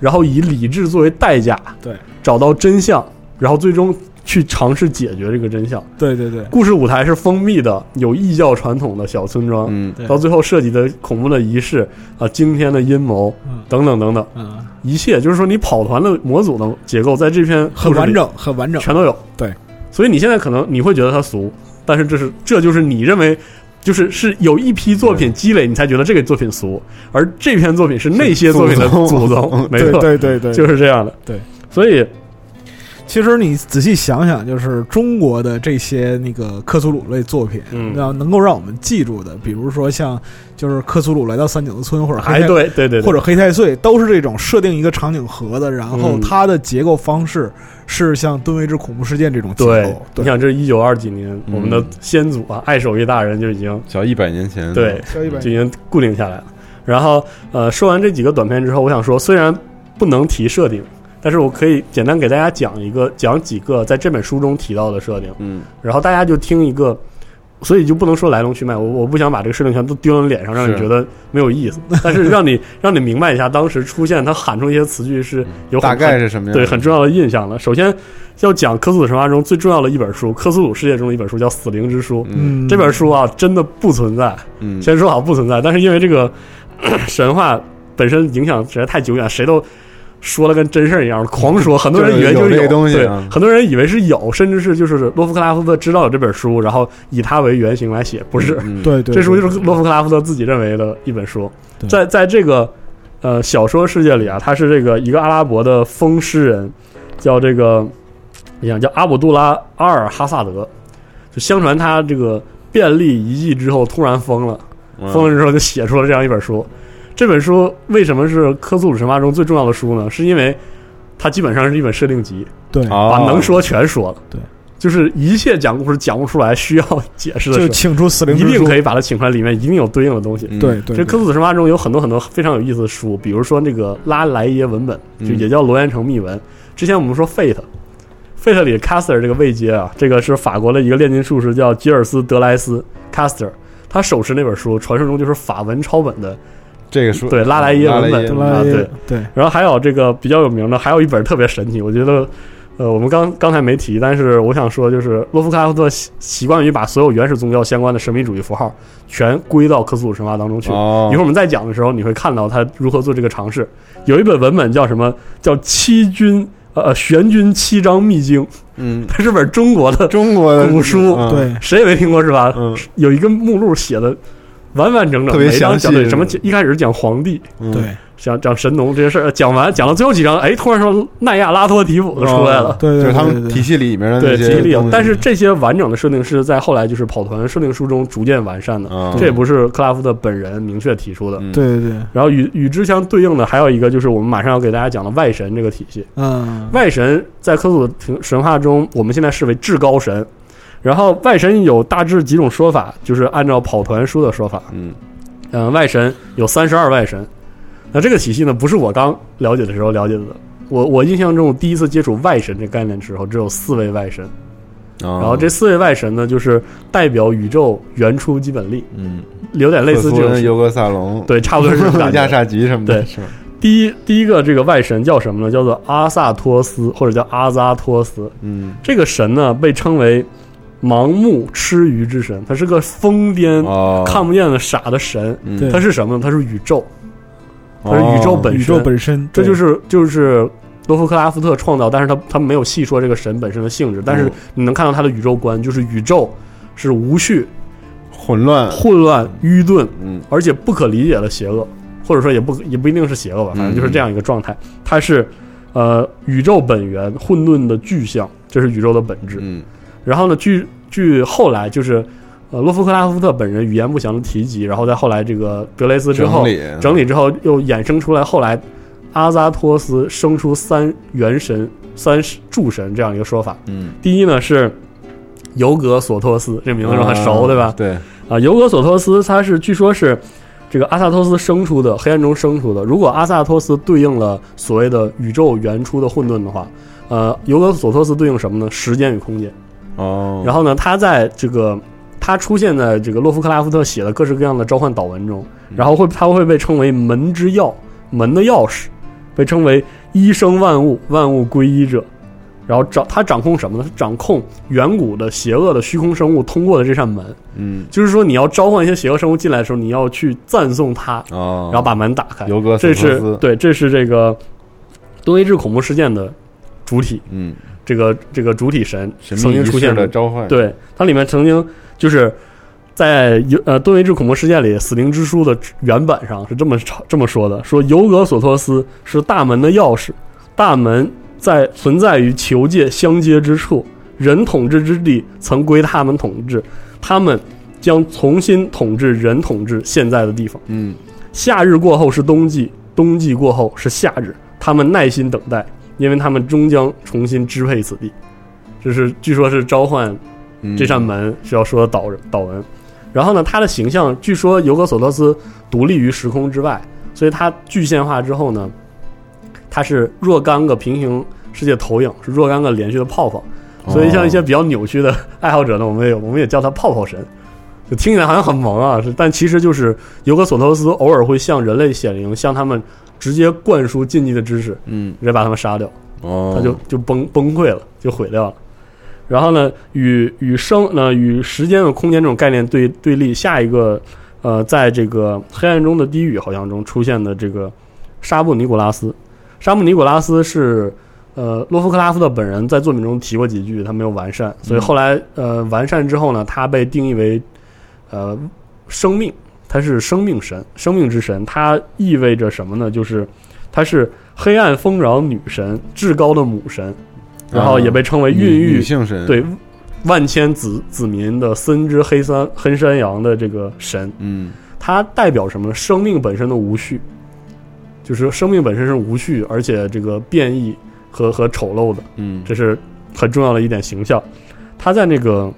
Speaker 2: 然后以理智作为代价，
Speaker 9: 对，
Speaker 2: 找到真相，然后最终去尝试解决这个真相。
Speaker 9: 对对对，
Speaker 2: 故事舞台是封闭的，有异教传统的小村庄，
Speaker 3: 嗯，
Speaker 9: 对
Speaker 2: 到最后涉及的恐怖的仪式啊，惊天的阴谋
Speaker 9: 嗯
Speaker 2: 等等等等，
Speaker 9: 嗯，
Speaker 2: 一切就是说你跑团的模组的结构在这篇
Speaker 9: 很
Speaker 2: 故事里
Speaker 9: 完，整，很完整。
Speaker 2: 全都有。
Speaker 9: 对，
Speaker 2: 所以你现在可能你会觉得它俗，但是这是这就是你认为。就是是有一批作品积累，你才觉得这个作品俗，而这篇作品是那些作品的
Speaker 3: 祖宗
Speaker 2: 祖宗，没
Speaker 9: *laughs* 对
Speaker 2: 错， *laughs*
Speaker 9: 对对对，
Speaker 2: 就是这样的。
Speaker 9: 对，
Speaker 2: 所以
Speaker 9: 其实你仔细想想，就是中国的这些那个克苏鲁类作品，
Speaker 2: 嗯
Speaker 9: 那能够让我们记住的，比如说像就是克苏鲁来到三井子村，或者黑
Speaker 2: 哎，
Speaker 9: 太
Speaker 2: 对对对，对
Speaker 9: 或者黑太岁，都是这种设定一个场景盒子，然后
Speaker 2: 嗯
Speaker 9: 它的结构方式是像《敦威之恐怖事件》这种结
Speaker 2: 对
Speaker 9: 构，，
Speaker 2: 你
Speaker 9: 哦对，
Speaker 2: 想这一九二几年，
Speaker 3: 嗯
Speaker 2: 我们的先祖啊，爱手艺大人就已经
Speaker 3: 小一百年前，
Speaker 2: 对
Speaker 9: 交易版
Speaker 2: 就已经固定下来了。然后呃，说完这几个短片之后，我想说，虽然不能提设定，但是我可以简单给大家讲一个，讲几个在这本书中提到的设定，
Speaker 3: 嗯，
Speaker 2: 然后大家就听一个。所以就不能说来龙去脉，我我不想把这个设定全都丢到脸上，让你
Speaker 3: 是
Speaker 2: 觉得没有意思。但是让你 *laughs* 让你明白一下，当时出现他喊出一些词句是有
Speaker 3: 嗯
Speaker 2: 很
Speaker 3: 大概是什么样？
Speaker 2: 对很重要的印象了。首先要讲科苏鲁神话中最重要的一本书，科苏鲁世界中的一本书叫《死灵之书》。
Speaker 3: 嗯
Speaker 2: 这本书啊，真的不存在，
Speaker 3: 嗯，
Speaker 2: 先 *coughs* 说好不存在。但是因为这个咳神话本身影响实在太久远，谁都说了跟真事儿一样，狂说，很多人以为
Speaker 3: 就是是有这
Speaker 2: 有
Speaker 3: 个东西
Speaker 2: 对
Speaker 3: 啊，
Speaker 2: 很多人以为是有，甚至是就是洛夫克拉夫特知道有这本书，然后以它为原型来写，不是，
Speaker 3: 嗯
Speaker 9: 对对，
Speaker 2: 这书就是洛夫克拉夫特自己认为的一本书，在在这个呃小说世界里啊，他是这个一个阿拉伯的风诗人，叫这个，你想叫阿卜杜拉阿尔哈萨德，就相传他这个遍历一役之后突然疯了，
Speaker 3: 嗯
Speaker 9: 嗯
Speaker 2: 疯了之后就写出了这样一本书。这本书为什么是《科苏鲁神话》中最重要的书呢？是因为它基本上是一本设定集，
Speaker 9: 对，
Speaker 2: 把
Speaker 3: 啊，
Speaker 2: 能说全说了。
Speaker 9: 哦对。
Speaker 2: 就是一切讲故事讲不出来需要解释的
Speaker 9: 就
Speaker 2: 事，
Speaker 9: 请出死灵
Speaker 2: 一
Speaker 9: 之
Speaker 2: 定
Speaker 9: 书
Speaker 2: 可以把它请出来，里面一定有对应的东西。
Speaker 3: 嗯
Speaker 9: 对对，
Speaker 2: 这
Speaker 9: 对
Speaker 2: 科苏鲁神话中有很多很多非常有意思的书，比如说那个拉莱耶文本，就
Speaker 3: 嗯
Speaker 2: 也叫罗延城秘文。之前我们说 Fate，Fate 里 Caster 这个位阶啊，这个是法国的一个炼金术士叫吉尔斯·德莱斯 Caster，他手持那本书，传说中就是法文抄本的。
Speaker 3: 这个书
Speaker 2: 对拉莱耶文本拉
Speaker 9: 对吧
Speaker 2: 啊对
Speaker 9: 也对
Speaker 2: 然后还有这个比较有名的，还有一本特别神奇，我觉得，呃，我们刚刚才没提，但是我想说，就是洛夫克拉夫特习习惯于把所有原始宗教相关的神秘主义符号全归到科苏鲁神话当中去。
Speaker 3: 哦
Speaker 2: 一会儿我们再讲的时候，你会看到他如何做这个尝试。有一本文本叫什么？叫《七军》呃，《玄军七章秘经》，
Speaker 3: 嗯，
Speaker 2: *laughs* 它是本中国的，
Speaker 3: 中国的
Speaker 2: 古书
Speaker 3: 嗯
Speaker 9: 对，
Speaker 2: 谁也没听过是吧？
Speaker 3: 嗯
Speaker 2: 有一个目录写的完完整整，
Speaker 3: 特别
Speaker 2: 每
Speaker 3: 详
Speaker 2: 章讲
Speaker 3: 细
Speaker 2: 对什么？一开始讲皇帝，
Speaker 3: 嗯
Speaker 9: 对
Speaker 2: 讲讲神农这些事儿，讲完讲到最后几章，哎，突然说奈亚拉托提普就出来了。
Speaker 9: 哦对，
Speaker 3: 就是他
Speaker 9: 对
Speaker 3: 们
Speaker 9: 对
Speaker 3: 体系里面的
Speaker 2: 对，
Speaker 3: 哦那
Speaker 2: 吉
Speaker 3: 些
Speaker 2: 利
Speaker 3: 东西，
Speaker 2: 但是这些完整的设定是在后来就是跑团设定书中逐渐完善的，
Speaker 3: 嗯
Speaker 2: 这也不是克拉夫特本人明确提出的。
Speaker 3: 嗯
Speaker 9: 对对对，
Speaker 2: 然后与与之相对应的还有一个就是我们马上要给大家讲的外神这个体系。
Speaker 9: 嗯，
Speaker 2: 外神在科索神话中，我们现在视为至高神。然后外神有大致几种说法，就是按照跑团书的说法，
Speaker 3: 嗯
Speaker 2: 嗯、外神有三十二外神。那这个体系呢，不是我刚了解的时候了解的。我我印象中，第一次接触外神这个概念的时候，只有四位外神。然
Speaker 3: 然
Speaker 2: 后这四位外神呢，就是代表宇宙原初基本力，
Speaker 3: 嗯，
Speaker 2: 有点类似这
Speaker 3: 克苏恩
Speaker 2: 种，
Speaker 3: 尤格萨隆，
Speaker 2: 对，差不多是这种感
Speaker 3: 亚
Speaker 2: 觉。
Speaker 3: 萨吉什么的，
Speaker 2: 对
Speaker 3: 是吧
Speaker 2: 第一第一个这个外神叫什么呢？叫做阿萨托斯，或者叫阿扎托斯。
Speaker 3: 嗯，
Speaker 2: 这个神呢，被称为盲目吃鱼之神，他是个疯癫、
Speaker 3: 哦，
Speaker 2: 看不见的傻的神。
Speaker 3: 嗯，
Speaker 9: 对
Speaker 2: 他是什么呢？他是宇宙，
Speaker 3: 哦，
Speaker 2: 它是宇宙本
Speaker 9: 宇宙本身，
Speaker 2: 这
Speaker 9: 对
Speaker 2: 就是就是罗夫克拉夫特创造，但是他他没有细说这个神本身的性质，但是
Speaker 3: 嗯
Speaker 2: 你能看到他的宇宙观，就是宇宙是无序、
Speaker 3: 混乱，
Speaker 2: 混乱、愚钝，
Speaker 3: 嗯
Speaker 2: 而且不可理解的邪恶，或者说也不也不一定是邪
Speaker 3: 嗯
Speaker 2: 恶吧，反正就是这样一个状态。它是呃宇宙本源混沌的具象，这是宇宙的本质。
Speaker 3: 嗯
Speaker 2: 然后呢，据据后来就是，呃，洛夫克拉夫特本人语言不详的提及，然后在后来这个德雷斯之后
Speaker 3: 整理嗯
Speaker 2: 整理之后，又衍生出来后来阿扎托斯生出三元神、三主神这样一个说法。
Speaker 3: 嗯，
Speaker 2: 第一呢是尤格索托斯，这名字是很熟，
Speaker 3: 啊
Speaker 2: 对吧？
Speaker 3: 对，
Speaker 2: 啊，尤格索托斯他是据说是这个阿萨托斯生出的，黑暗中生出的。如果阿萨托斯对应了所谓的宇宙原初的混沌的话，呃，尤格索托斯对应什么呢？时间与空间。
Speaker 3: 哦，
Speaker 2: 然后呢，他在这个他出现在这个洛夫克拉夫特写的各式各样的召唤祷文中，
Speaker 3: 嗯
Speaker 2: 然后会他会被称为门之钥，门的钥匙，被称为一生万物，万物归一者。然后掌他掌控什么呢？他掌控远古的邪恶的虚空生物通过的这扇门，
Speaker 3: 嗯
Speaker 2: 就是说你要召唤一些邪恶生物进来的时候，你要去赞颂它，
Speaker 3: 哦，
Speaker 2: 然后把门打开。
Speaker 3: 尤格
Speaker 2: 这
Speaker 3: 索托
Speaker 2: 是
Speaker 3: 斯
Speaker 2: 对，这是这个多维制恐怖事件的主体，
Speaker 3: 嗯，
Speaker 2: 这个这个主体神
Speaker 3: 神
Speaker 2: 曾
Speaker 3: 秘
Speaker 2: 经
Speaker 3: 仪
Speaker 2: 出
Speaker 3: 式
Speaker 2: 现
Speaker 3: 的召唤，
Speaker 2: 对，它里面曾经就是在尤呃《盾维制恐怖事件》里，《死灵之书》的原版上是这么抄这么说的：说尤格索托斯是大门的钥匙，大门在存在于球界相接之处，人统治之地曾归他们统治，他们将重新统治人统治现在的地方。
Speaker 3: 嗯，
Speaker 2: 夏日过后是冬季，冬季过后是夏日。他们耐心等待，因为他们终将重新支配此地。这是据说是召唤
Speaker 3: 嗯
Speaker 2: 这扇门是要说的导导文。然后呢，他的形象据说尤格索托斯独立于时空之外，所以他具现化之后呢，他是若干个平行世界投影，是若干个连续的泡泡。所以像一些比较扭曲的爱好者呢，我们也我们也叫他泡泡神。就听起来好像很萌啊，是但其实就是尤格索托斯偶尔会向人类显灵，向他们直接灌输禁忌的知识，
Speaker 3: 嗯，
Speaker 2: 直接把他们杀掉。
Speaker 3: 哦，
Speaker 2: 他就就崩崩溃了，就毁掉了。然后呢，与与生呢与时间和空间这种概念对对立，下一个呃，在这个黑暗中的低语好像中出现的这个沙布尼古拉斯，沙姆尼古拉斯是呃洛夫克拉夫特本人在作品中提过几句，他没有完善，所以后来呃完善之后呢，他被定义为呃生命，他是生命神，生命之神，它意味着什么呢？就是她是黑暗丰饶女神，至高的母神，然后也被称嗯为孕
Speaker 3: 女
Speaker 2: 育、
Speaker 3: 女性神
Speaker 2: 对万千子子民的森之黑山黑山羊的这个神，
Speaker 3: 嗯，
Speaker 2: 它代表什么呢？生命本身的无序，就是生命本身是无序，而且这个变异和和丑陋的，
Speaker 3: 嗯，
Speaker 2: 这是很重要的一点形象。他在那个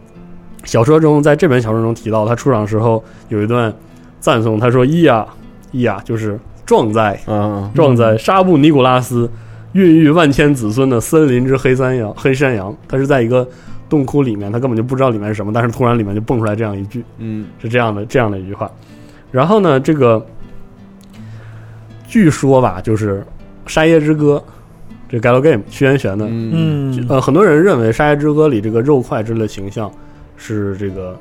Speaker 2: 小说中，在这本小说中提到，他出场时候有一段赞颂，他说：“咿呀咿呀，就是壮哉，
Speaker 3: 嗯，
Speaker 2: 壮哉，沙布尼古拉斯孕育万千子孙的森林之黑山羊，黑山羊，他是在一个洞窟里面，他根本就不知道里面是什么，但是突然里面就蹦出来这样一句，
Speaker 3: 嗯，
Speaker 2: 是这样的这样的一句话。然后呢，这个据说吧，就是《沙耶之歌》这 Gallo Game 屈原玄的，
Speaker 9: 嗯
Speaker 2: 呃，很多人认为《沙耶之歌》里这个肉块之类的形象是这个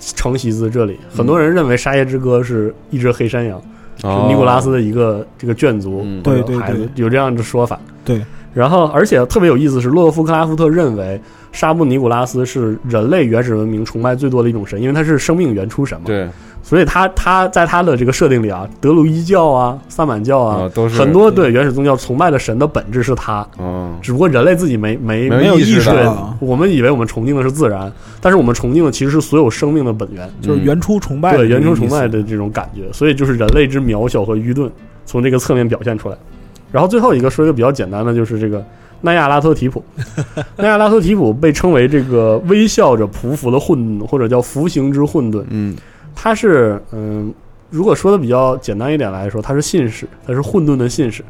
Speaker 2: 承袭自这里，很多人认为《沙耶之歌》是一只黑山羊。
Speaker 3: 哦
Speaker 2: 是尼古拉斯的一个这个眷族
Speaker 3: 嗯
Speaker 2: 或者
Speaker 9: 对对
Speaker 2: 孩子
Speaker 9: 对
Speaker 2: 有这样的说法。
Speaker 9: 对，
Speaker 2: 然后而且特别有意思是，洛夫克拉夫特认为沙布尼古拉斯是人类原始文明崇拜最多的一种神，因为他是生命原初神嘛。
Speaker 3: 对，
Speaker 2: 所以他他在他的这个设定里啊，德鲁伊教啊、萨满教啊，
Speaker 3: 啊都是
Speaker 2: 很多对原始宗教崇拜的神的本质是他。
Speaker 3: 嗯，
Speaker 2: 只不过人类自己没没
Speaker 3: 没有
Speaker 2: 有
Speaker 3: 意识
Speaker 2: 识
Speaker 3: 到
Speaker 2: 到，我们以为我们崇敬的是自然，但是我们崇敬的其实是所有生命的本源。
Speaker 9: 就是原初崇拜，
Speaker 2: 嗯对原初崇拜，的这种感觉，所以就是人类之渺小和愚钝从这个侧面表现出来。然后最后一个说一个比较简单的，就是这个奈亚拉托提普。 *laughs* 奈亚拉托提普被称为这个微笑着匍匐的混沌，或者叫服形之混沌。
Speaker 3: 嗯，
Speaker 2: 它是嗯，如果说的比较简单一点来说，它是信使，它是混沌的信使，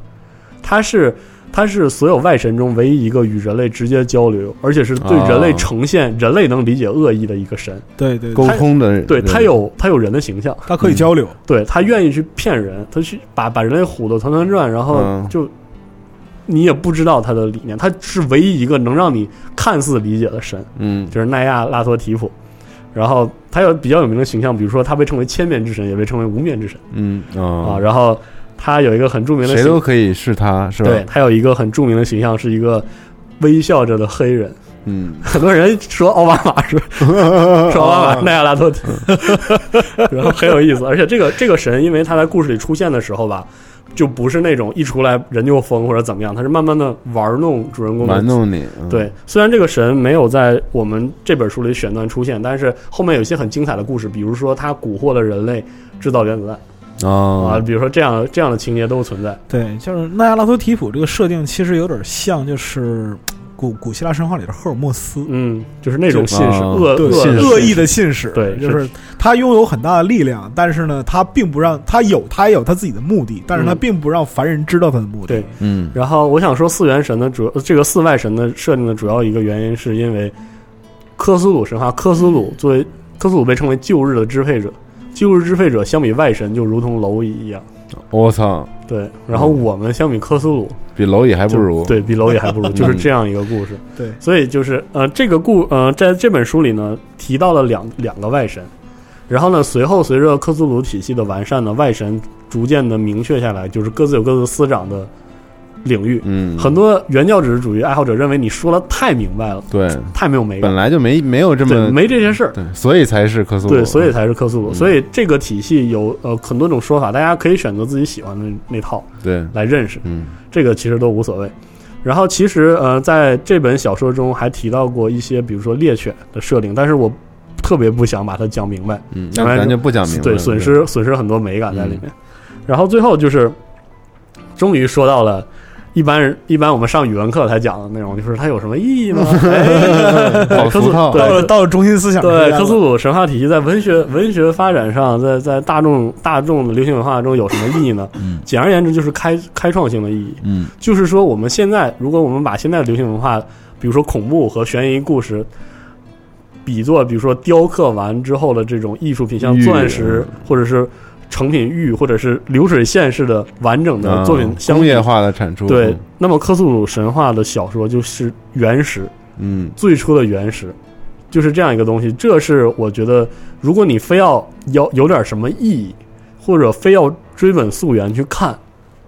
Speaker 2: 它是。它是所有外神中唯一一个与人类直接交流，而且是对人类
Speaker 3: 哦
Speaker 2: 呈现人类能理解恶意的一个神。
Speaker 9: 对对，
Speaker 3: 沟通的，
Speaker 2: 对，它有它有人的形象，
Speaker 9: 他可以交流，
Speaker 2: 对他愿意去骗人，他去把把人类唬得团团转，然后
Speaker 3: 嗯
Speaker 2: 就、你也不知道他的理念，他是唯一一个能让你看似理解的神，
Speaker 3: 嗯，
Speaker 2: 就是奈亚拉托提普。然后他有比较有名的形象，比如说他被称为千面之神，也被称为无面之神
Speaker 3: 嗯
Speaker 2: 啊。
Speaker 3: 啊，
Speaker 2: 然后他有一个很著名的
Speaker 3: 谁
Speaker 2: 形
Speaker 3: 都可以是他，是吧？
Speaker 2: 对，他有一个很著名的形象是一个微笑着的黑人。
Speaker 3: 嗯，
Speaker 2: 很多人说奥巴马是说奥巴马奈亚拉托提， *laughs* 然后很有意思。而且这个这个神，因为他在故事里出现的时候吧，就不是那种一出来人就疯或者怎么样，他是慢慢的玩弄主人公的
Speaker 3: 玩。弄你，嗯，
Speaker 2: 对，虽然这个神没有在我们这本书里选段出现，但是后面有一些很精彩的故事，比如说他蛊惑了人类制造原子弹啊，
Speaker 3: 啊，
Speaker 2: 比如说这样这样的情节都存在。
Speaker 9: 对，就是奈亚拉托提普这个设定其实有点像，就是古古希腊神话里的赫尔墨斯，
Speaker 2: 嗯，就是那种信使，
Speaker 3: 啊
Speaker 2: 恶
Speaker 9: 对
Speaker 2: 恶
Speaker 9: 恶意的信使，
Speaker 2: 对
Speaker 9: 就是他拥有很大的力量，但是呢，他并不让他有他也有他自己的目的，但是他
Speaker 2: 嗯
Speaker 9: 并不让凡人知道他的目的
Speaker 2: 对。
Speaker 3: 嗯，
Speaker 2: 然后我想说，四元神的主呃这个四外神的设定的主要一个原因，是因为科苏鲁神话，科苏鲁作为科苏鲁被称为旧日的支配者，旧日支配者相比外神就如同蝼蚁一样。
Speaker 3: 我操，
Speaker 2: 对，然后我们相比科苏鲁
Speaker 3: 比蝼嗯蚁还不
Speaker 2: 就
Speaker 3: 如，，
Speaker 2: 对比蝼蚁
Speaker 3: *laughs*
Speaker 2: 还不如，就是这样一个故事。
Speaker 9: 对
Speaker 2: 所以就是呃，这个故呃，在这本书里呢，提到了两两个外神，然后呢，随后随着克苏鲁体系的完善呢，外神逐渐的明确下来，就是各自有各自司长的领域。
Speaker 3: 嗯，
Speaker 2: 很多原教旨主义爱好者认为你说了太明白了，
Speaker 3: 对，
Speaker 2: 太没有美
Speaker 3: 本
Speaker 2: 感，
Speaker 3: 来就没没有这
Speaker 2: 对，
Speaker 3: 么，
Speaker 2: 没这些事儿。
Speaker 3: 对，所以才是科苏鲁，
Speaker 2: 对，所以才是克苏鲁。
Speaker 3: 嗯
Speaker 2: 所以这个体系有呃很多种说法，大家可以选择自己喜欢的那套
Speaker 3: 对，
Speaker 2: 来认识，
Speaker 3: 嗯
Speaker 2: 这个其实都无所谓。然后其实呃，在这本小说中还提到过一些，比如说猎犬的设定，但是我特别不想把它讲明白，
Speaker 3: 嗯，那咱就不讲明白了，
Speaker 2: 对，损失损失很多美感在里面。
Speaker 3: 嗯
Speaker 2: 然后最后就是，终于说到了一般人一般我们上语文课才讲的内容，就是它有什么意
Speaker 3: *laughs*
Speaker 2: 义吗？哎
Speaker 3: 好
Speaker 2: 科
Speaker 3: 俗
Speaker 2: 苏
Speaker 3: 套 *laughs*
Speaker 9: 到了
Speaker 2: 对
Speaker 9: 到了中心思想
Speaker 2: 对，
Speaker 9: 科
Speaker 2: 科苏鲁神话体系在文学文学发展上，在在大众大众的流行文化中有什么意义呢？简而言之，就是开开创性的意义。
Speaker 3: 嗯，
Speaker 2: 就是说，我们现在如果我们把现在的流行文化，比如说恐怖和悬疑故事，比作比如说雕刻完之后的这种艺术品，像
Speaker 3: 玉
Speaker 2: 钻石
Speaker 3: 嗯
Speaker 2: 或者是成品玉，或者是流水线式的完整的
Speaker 3: 啊
Speaker 2: 呃作品相
Speaker 3: 工
Speaker 2: 比
Speaker 3: 业化的产出，
Speaker 2: 对，那么科苏鲁神话的小说就是原始，
Speaker 3: 嗯，
Speaker 2: 最初的原始，就是这样一个东西。这是我觉得，如果你非要有有点什么意义，或者非要追本溯源去看，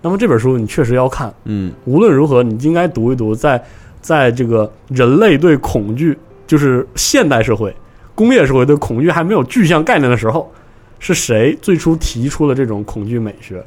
Speaker 2: 那么这本书你确实要看，
Speaker 3: 嗯，
Speaker 2: 无论如何你应该读一读在，在这个人类对恐惧，就是现代社会、工业社会对恐惧还没有具象概念的时候，是谁最初提出了这种恐惧美学？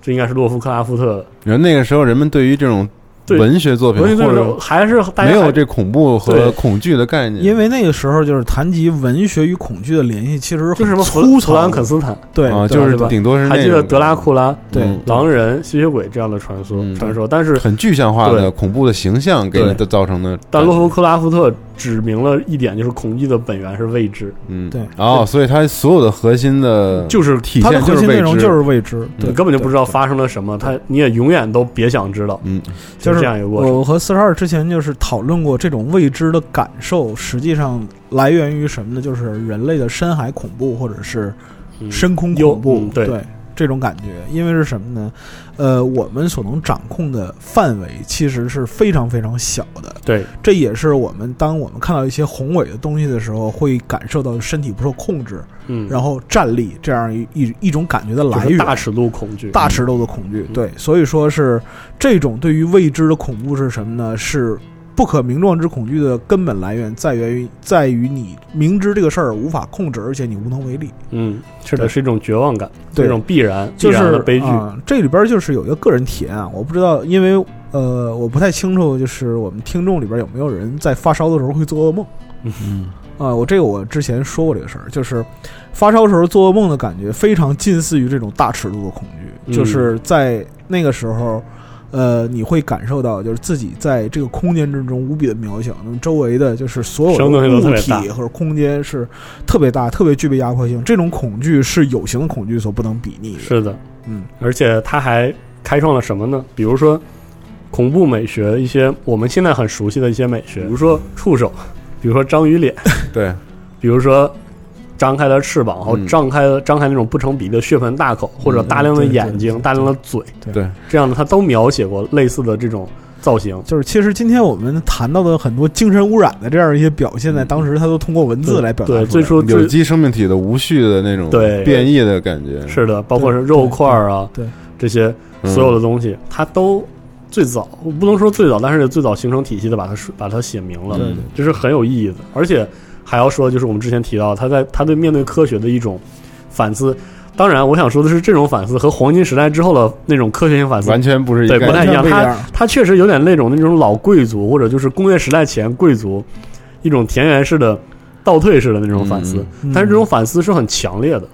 Speaker 2: 这应该是洛夫克拉夫特。
Speaker 3: 然后那个时候人们对于这种
Speaker 2: 对
Speaker 3: 文学作品
Speaker 2: 文学作
Speaker 3: 或
Speaker 2: 品
Speaker 3: 者
Speaker 2: 还是大家
Speaker 3: 没有
Speaker 2: 还
Speaker 3: 这恐怖和
Speaker 2: 对
Speaker 3: 恐惧的概念，
Speaker 9: 因为那个时候就是谈及文学与恐惧的联系，其实
Speaker 2: 就是什么弗
Speaker 9: 粗
Speaker 2: 弗
Speaker 9: 糙
Speaker 2: 兰
Speaker 9: 的，
Speaker 2: 肯斯坦，
Speaker 9: 对
Speaker 3: 啊，
Speaker 9: 对
Speaker 3: 就是
Speaker 2: 对吧
Speaker 3: 顶多是那
Speaker 2: 还记得
Speaker 3: 种
Speaker 2: 德拉库拉、
Speaker 9: 对
Speaker 3: 嗯
Speaker 2: 狼人、吸血鬼这样的传说
Speaker 3: 嗯
Speaker 2: 传说，但是
Speaker 3: 很具象化
Speaker 2: 对
Speaker 3: 的恐怖的形象给
Speaker 2: 对
Speaker 3: 你的造成的。
Speaker 2: 但洛夫克拉夫特指明了一点，就是恐惧的本源是未知，
Speaker 3: 嗯，
Speaker 9: 对
Speaker 3: 哦，所以它所有的核心的
Speaker 9: 嗯
Speaker 2: 就是
Speaker 3: 体
Speaker 9: 它的
Speaker 3: 现
Speaker 9: 核
Speaker 3: 是
Speaker 9: 心
Speaker 3: 未
Speaker 9: 内容
Speaker 3: 知
Speaker 9: 就是未知，对
Speaker 2: 你，根本就不知道发生了什么，他你也永远都别想知道，
Speaker 3: 嗯，
Speaker 9: 就
Speaker 2: 这
Speaker 9: 是
Speaker 2: 样一个过程。
Speaker 9: 我和四十二之前就是讨论过这种未知的感受，实际上来源于什么呢？就是人类的深海恐怖，或者是
Speaker 2: 嗯
Speaker 9: 深空
Speaker 2: 幽
Speaker 9: 恐怖，
Speaker 2: 嗯对
Speaker 9: 这种感觉。因为是什么呢？呃，我们所能掌控的范围其实是非常非常小的。
Speaker 2: 对，
Speaker 9: 这也是我们当我们看到一些宏伟的东西的时候，会感受到身体不受控制，
Speaker 2: 嗯，
Speaker 9: 然后站立这样一一一种感觉的
Speaker 2: 就
Speaker 9: 来
Speaker 2: 是
Speaker 9: 源。
Speaker 2: 大尺度恐惧，
Speaker 9: 大尺度的恐惧。
Speaker 2: 嗯
Speaker 9: 对，所以说是这种对于未知的恐怖是什么呢？是不可名状之恐惧的根本来源在源于在于你明知这个事儿无法控制，而且你无能为力。
Speaker 2: 嗯，是的，
Speaker 9: 对
Speaker 2: 是一种绝望感，
Speaker 9: 对
Speaker 2: 一种必然，
Speaker 9: 就
Speaker 2: 必然
Speaker 9: 是
Speaker 2: 的悲剧。
Speaker 9: 啊这里边就是有一个个人体验啊，我不知道，因为呃，我不太清楚，就是我们听众里边有没有人在发烧的时候会做噩梦。
Speaker 3: 嗯
Speaker 9: 啊，我这个我之前说过这个事儿，就是发烧时候做噩梦的感觉非常近似于这种大尺度的恐惧，就
Speaker 2: 嗯
Speaker 9: 是在那个时候，呃，你会感受到就是自己在这个空间之中无比的渺小，那么周围的就是所有
Speaker 2: 什么东西
Speaker 9: 的
Speaker 2: 都特
Speaker 9: 物
Speaker 2: 别大
Speaker 9: 体或者空间是特别大，特别具备压迫性。这种恐惧是有形的恐惧所不能比拟的。
Speaker 2: 是的，
Speaker 9: 嗯，
Speaker 2: 而且他还开创了什么呢？比如说恐怖美学，一些我们现在很熟悉的一些美学，比如说触手，比如说章鱼脸，
Speaker 3: 对，
Speaker 2: 比如说张开了翅膀，然后
Speaker 3: 嗯
Speaker 2: 张开了张开那种不成比例的血盆大口，或者大量的
Speaker 9: 嗯对对
Speaker 2: 眼睛、
Speaker 9: 对
Speaker 2: 大量的嘴，
Speaker 9: 对
Speaker 3: 对，
Speaker 2: 这样的他都描写过类似的这种造型。
Speaker 9: 就是其实今天我们谈到的很多精神污染的这样一些表现，在当时它都通过文字来表达出
Speaker 2: 对，
Speaker 9: 来。
Speaker 2: 最初
Speaker 3: 有
Speaker 2: 最
Speaker 3: 机生命体的无序的那种
Speaker 2: 对
Speaker 3: 变异的感觉，
Speaker 2: 是的，包括是肉块儿啊，
Speaker 9: 对对
Speaker 2: 这些
Speaker 3: 嗯
Speaker 2: 所有的东西，它都最早，我不能说最早，但是最早形成体系的把它说把它写明了
Speaker 3: 对对，
Speaker 2: 这是很有意义的。而且还要说，就是我们之前提到，他在他对面对科学的一种反思。当然，我想说的是，这种反思和黄金时代之后的那种科学性反思
Speaker 3: 完全不是一
Speaker 2: 对
Speaker 3: 个
Speaker 2: 不
Speaker 3: 概
Speaker 2: 太一
Speaker 3: 念。
Speaker 2: 样。
Speaker 9: 完全不一
Speaker 2: 他
Speaker 9: 样
Speaker 2: 他确实有点那种那种老贵族或者就是工业时代前贵族一种田园式的倒退式的那种反思，
Speaker 9: 嗯
Speaker 2: 但是这种反思是很强烈的，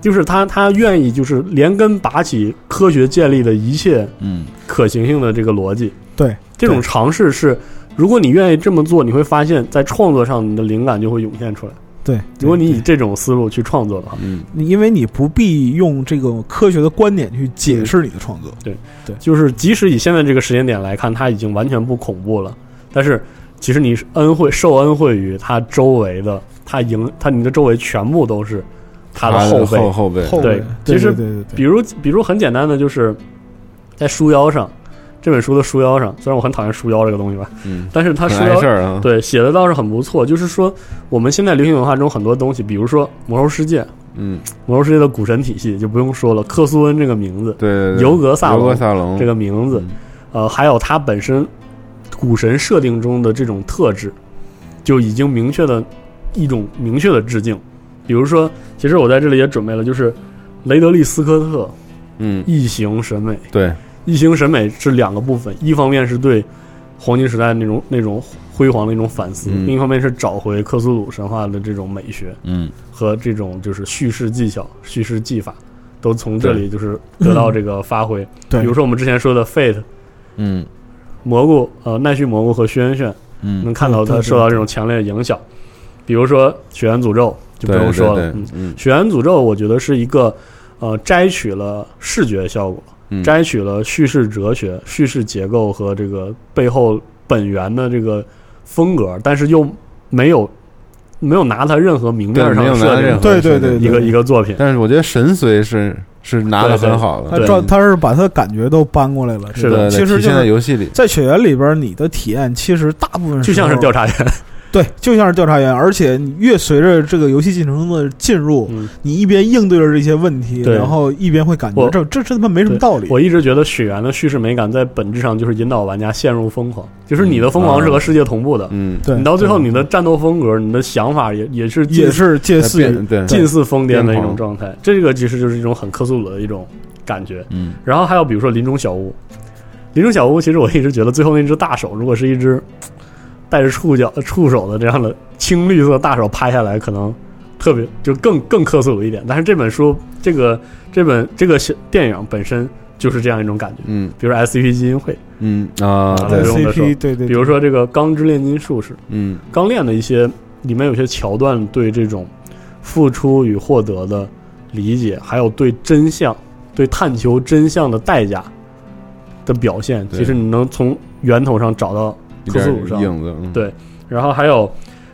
Speaker 2: 就是他他愿意就是连根拔起科学建立的一切
Speaker 3: 嗯，
Speaker 2: 可行性的这个逻辑。
Speaker 9: 对，
Speaker 2: 这种尝试是，如果你愿意这么做，你会发现在创作上你的灵感就会涌现出来。
Speaker 9: 对，
Speaker 2: 如果你
Speaker 9: 对
Speaker 2: 以这种思路去创作的话，
Speaker 3: 嗯
Speaker 9: 你因为你不必用这个科学的观点去解释你的创作。
Speaker 2: 就是即使以现在这个时间点来看，它已经完全不恐怖了，但是其实你是恩惠受恩惠于它周围的，它迎它你的周围全部都是它的后辈。
Speaker 3: 后后背，
Speaker 9: 后
Speaker 2: 对
Speaker 9: 面对
Speaker 2: 其实
Speaker 9: 对对对
Speaker 2: 比
Speaker 9: 对，
Speaker 2: 如比如很简单的就是在书腰上，这本书的书腰上，虽然我很讨厌书腰这个东西吧，
Speaker 3: 嗯，
Speaker 2: 但是它
Speaker 3: 很
Speaker 2: 书
Speaker 3: 碍
Speaker 2: 腰
Speaker 3: 事儿啊，
Speaker 2: 对写的倒是很不错。就是说我们现在流行文化中很多东西，比如说《魔兽世界》，《
Speaker 3: 嗯，
Speaker 2: 魔兽世界》的古神体系就不用说了，克苏恩这个名字，
Speaker 3: 对对对，
Speaker 2: 尤格萨
Speaker 3: 尤
Speaker 2: 隆
Speaker 3: 格萨隆
Speaker 2: 这个名
Speaker 3: 嗯
Speaker 2: 字，呃，还有它本身古神设定中的这种特质，就已经明确的一种明确的致敬。比如说，其实我在这里也准备了，就是雷德利·斯科特
Speaker 3: 嗯，
Speaker 2: 异形审美。
Speaker 3: 对，
Speaker 2: 异形审美是两个部分，一方面是对黄金时代那种那种辉煌的一种反思，
Speaker 3: 嗯
Speaker 2: 另一方面是找回克苏鲁神话的这种美学
Speaker 3: 嗯，
Speaker 2: 和这种就是叙事技巧、叙事技法，都从这
Speaker 3: 对
Speaker 2: 里就是
Speaker 3: *clears throat*
Speaker 2: 得到这个发挥。
Speaker 9: 对
Speaker 2: 比如说我们之前说的 Fate。
Speaker 3: 嗯
Speaker 2: 蘑菇，呃，奈绪蘑菇和轩萱能
Speaker 3: 嗯，
Speaker 2: 看到它受到这种强烈的影响。比如说《血缘诅咒》就不
Speaker 3: 对
Speaker 2: 用
Speaker 3: 对
Speaker 2: 说了，
Speaker 3: 对
Speaker 2: 嗯，《
Speaker 3: 嗯
Speaker 2: 血缘诅咒》我觉得是一个呃摘取了视觉效果，
Speaker 3: 嗯
Speaker 2: 摘取了叙事哲学、叙事结构和这个背后本源的这个风格，但是又没有没有拿它任何明
Speaker 3: 对没
Speaker 2: 面上
Speaker 3: 有拿
Speaker 2: 设定
Speaker 3: 任
Speaker 2: 的
Speaker 3: 何
Speaker 9: 对对
Speaker 3: 设定
Speaker 9: 对
Speaker 2: 一
Speaker 9: 对
Speaker 2: 个一个作品。
Speaker 3: 但是我觉得神髓是是拿的
Speaker 2: 对对
Speaker 3: 很好的，
Speaker 9: 他
Speaker 2: 对
Speaker 9: 照他是把他的感觉都搬过来了。
Speaker 2: 是
Speaker 9: 吧
Speaker 3: 对对
Speaker 2: 的
Speaker 9: 其实
Speaker 3: 体
Speaker 9: 就
Speaker 3: 现在
Speaker 9: 是
Speaker 3: 游戏里，
Speaker 9: 在血缘里边，你的体验其实大部分
Speaker 2: 就像是
Speaker 9: 时候
Speaker 2: 调查员，
Speaker 9: 对，就像是调查员，而且你越随着这个游戏进程的进入，你一边应对着这些问
Speaker 2: 嗯
Speaker 9: 题，
Speaker 2: 对
Speaker 9: 然后一边会感觉
Speaker 2: 我
Speaker 9: 这这这他妈没什么道理。
Speaker 2: 我一直觉得血缘的叙事美感在本质上就是引导玩家陷入疯狂，就是你的疯狂是和世界同步的。
Speaker 3: 嗯，
Speaker 9: 对
Speaker 2: 你到最后你的战斗风格、你的想法也也是近
Speaker 9: 也是近似于
Speaker 3: 变对
Speaker 2: 近似疯癫的一
Speaker 3: 变
Speaker 2: 种
Speaker 3: 狂
Speaker 2: 状态。这个其实就是一种很克苏鲁的一种感觉。
Speaker 3: 嗯，
Speaker 2: 然后还有比如说林中小屋，林中小屋其实我一直觉得最后那只大手，如果是一只带着触角触手的这样的青绿色大手拍下来，可能特别就更更克苏鲁一点。但是这本书这个这本这个小电影本身就是这样一种感觉。
Speaker 3: 嗯
Speaker 2: 比如说 SCP 基金会，
Speaker 3: 嗯啊，
Speaker 2: 啊
Speaker 3: 对，
Speaker 2: 这种的
Speaker 9: CP
Speaker 2: 时候
Speaker 9: 对对对
Speaker 2: 比如说这个《钢之炼金术士》，
Speaker 3: 嗯
Speaker 2: 《钢炼》的一些里面有些桥段对这种付出与获得的理解，还有对真相、对探求真相的代价的表现，
Speaker 3: 对
Speaker 2: 其实你能从源头上找到
Speaker 3: 一
Speaker 2: 克
Speaker 3: 点
Speaker 2: 苏鲁上。
Speaker 3: 影子，嗯
Speaker 2: 对然后还有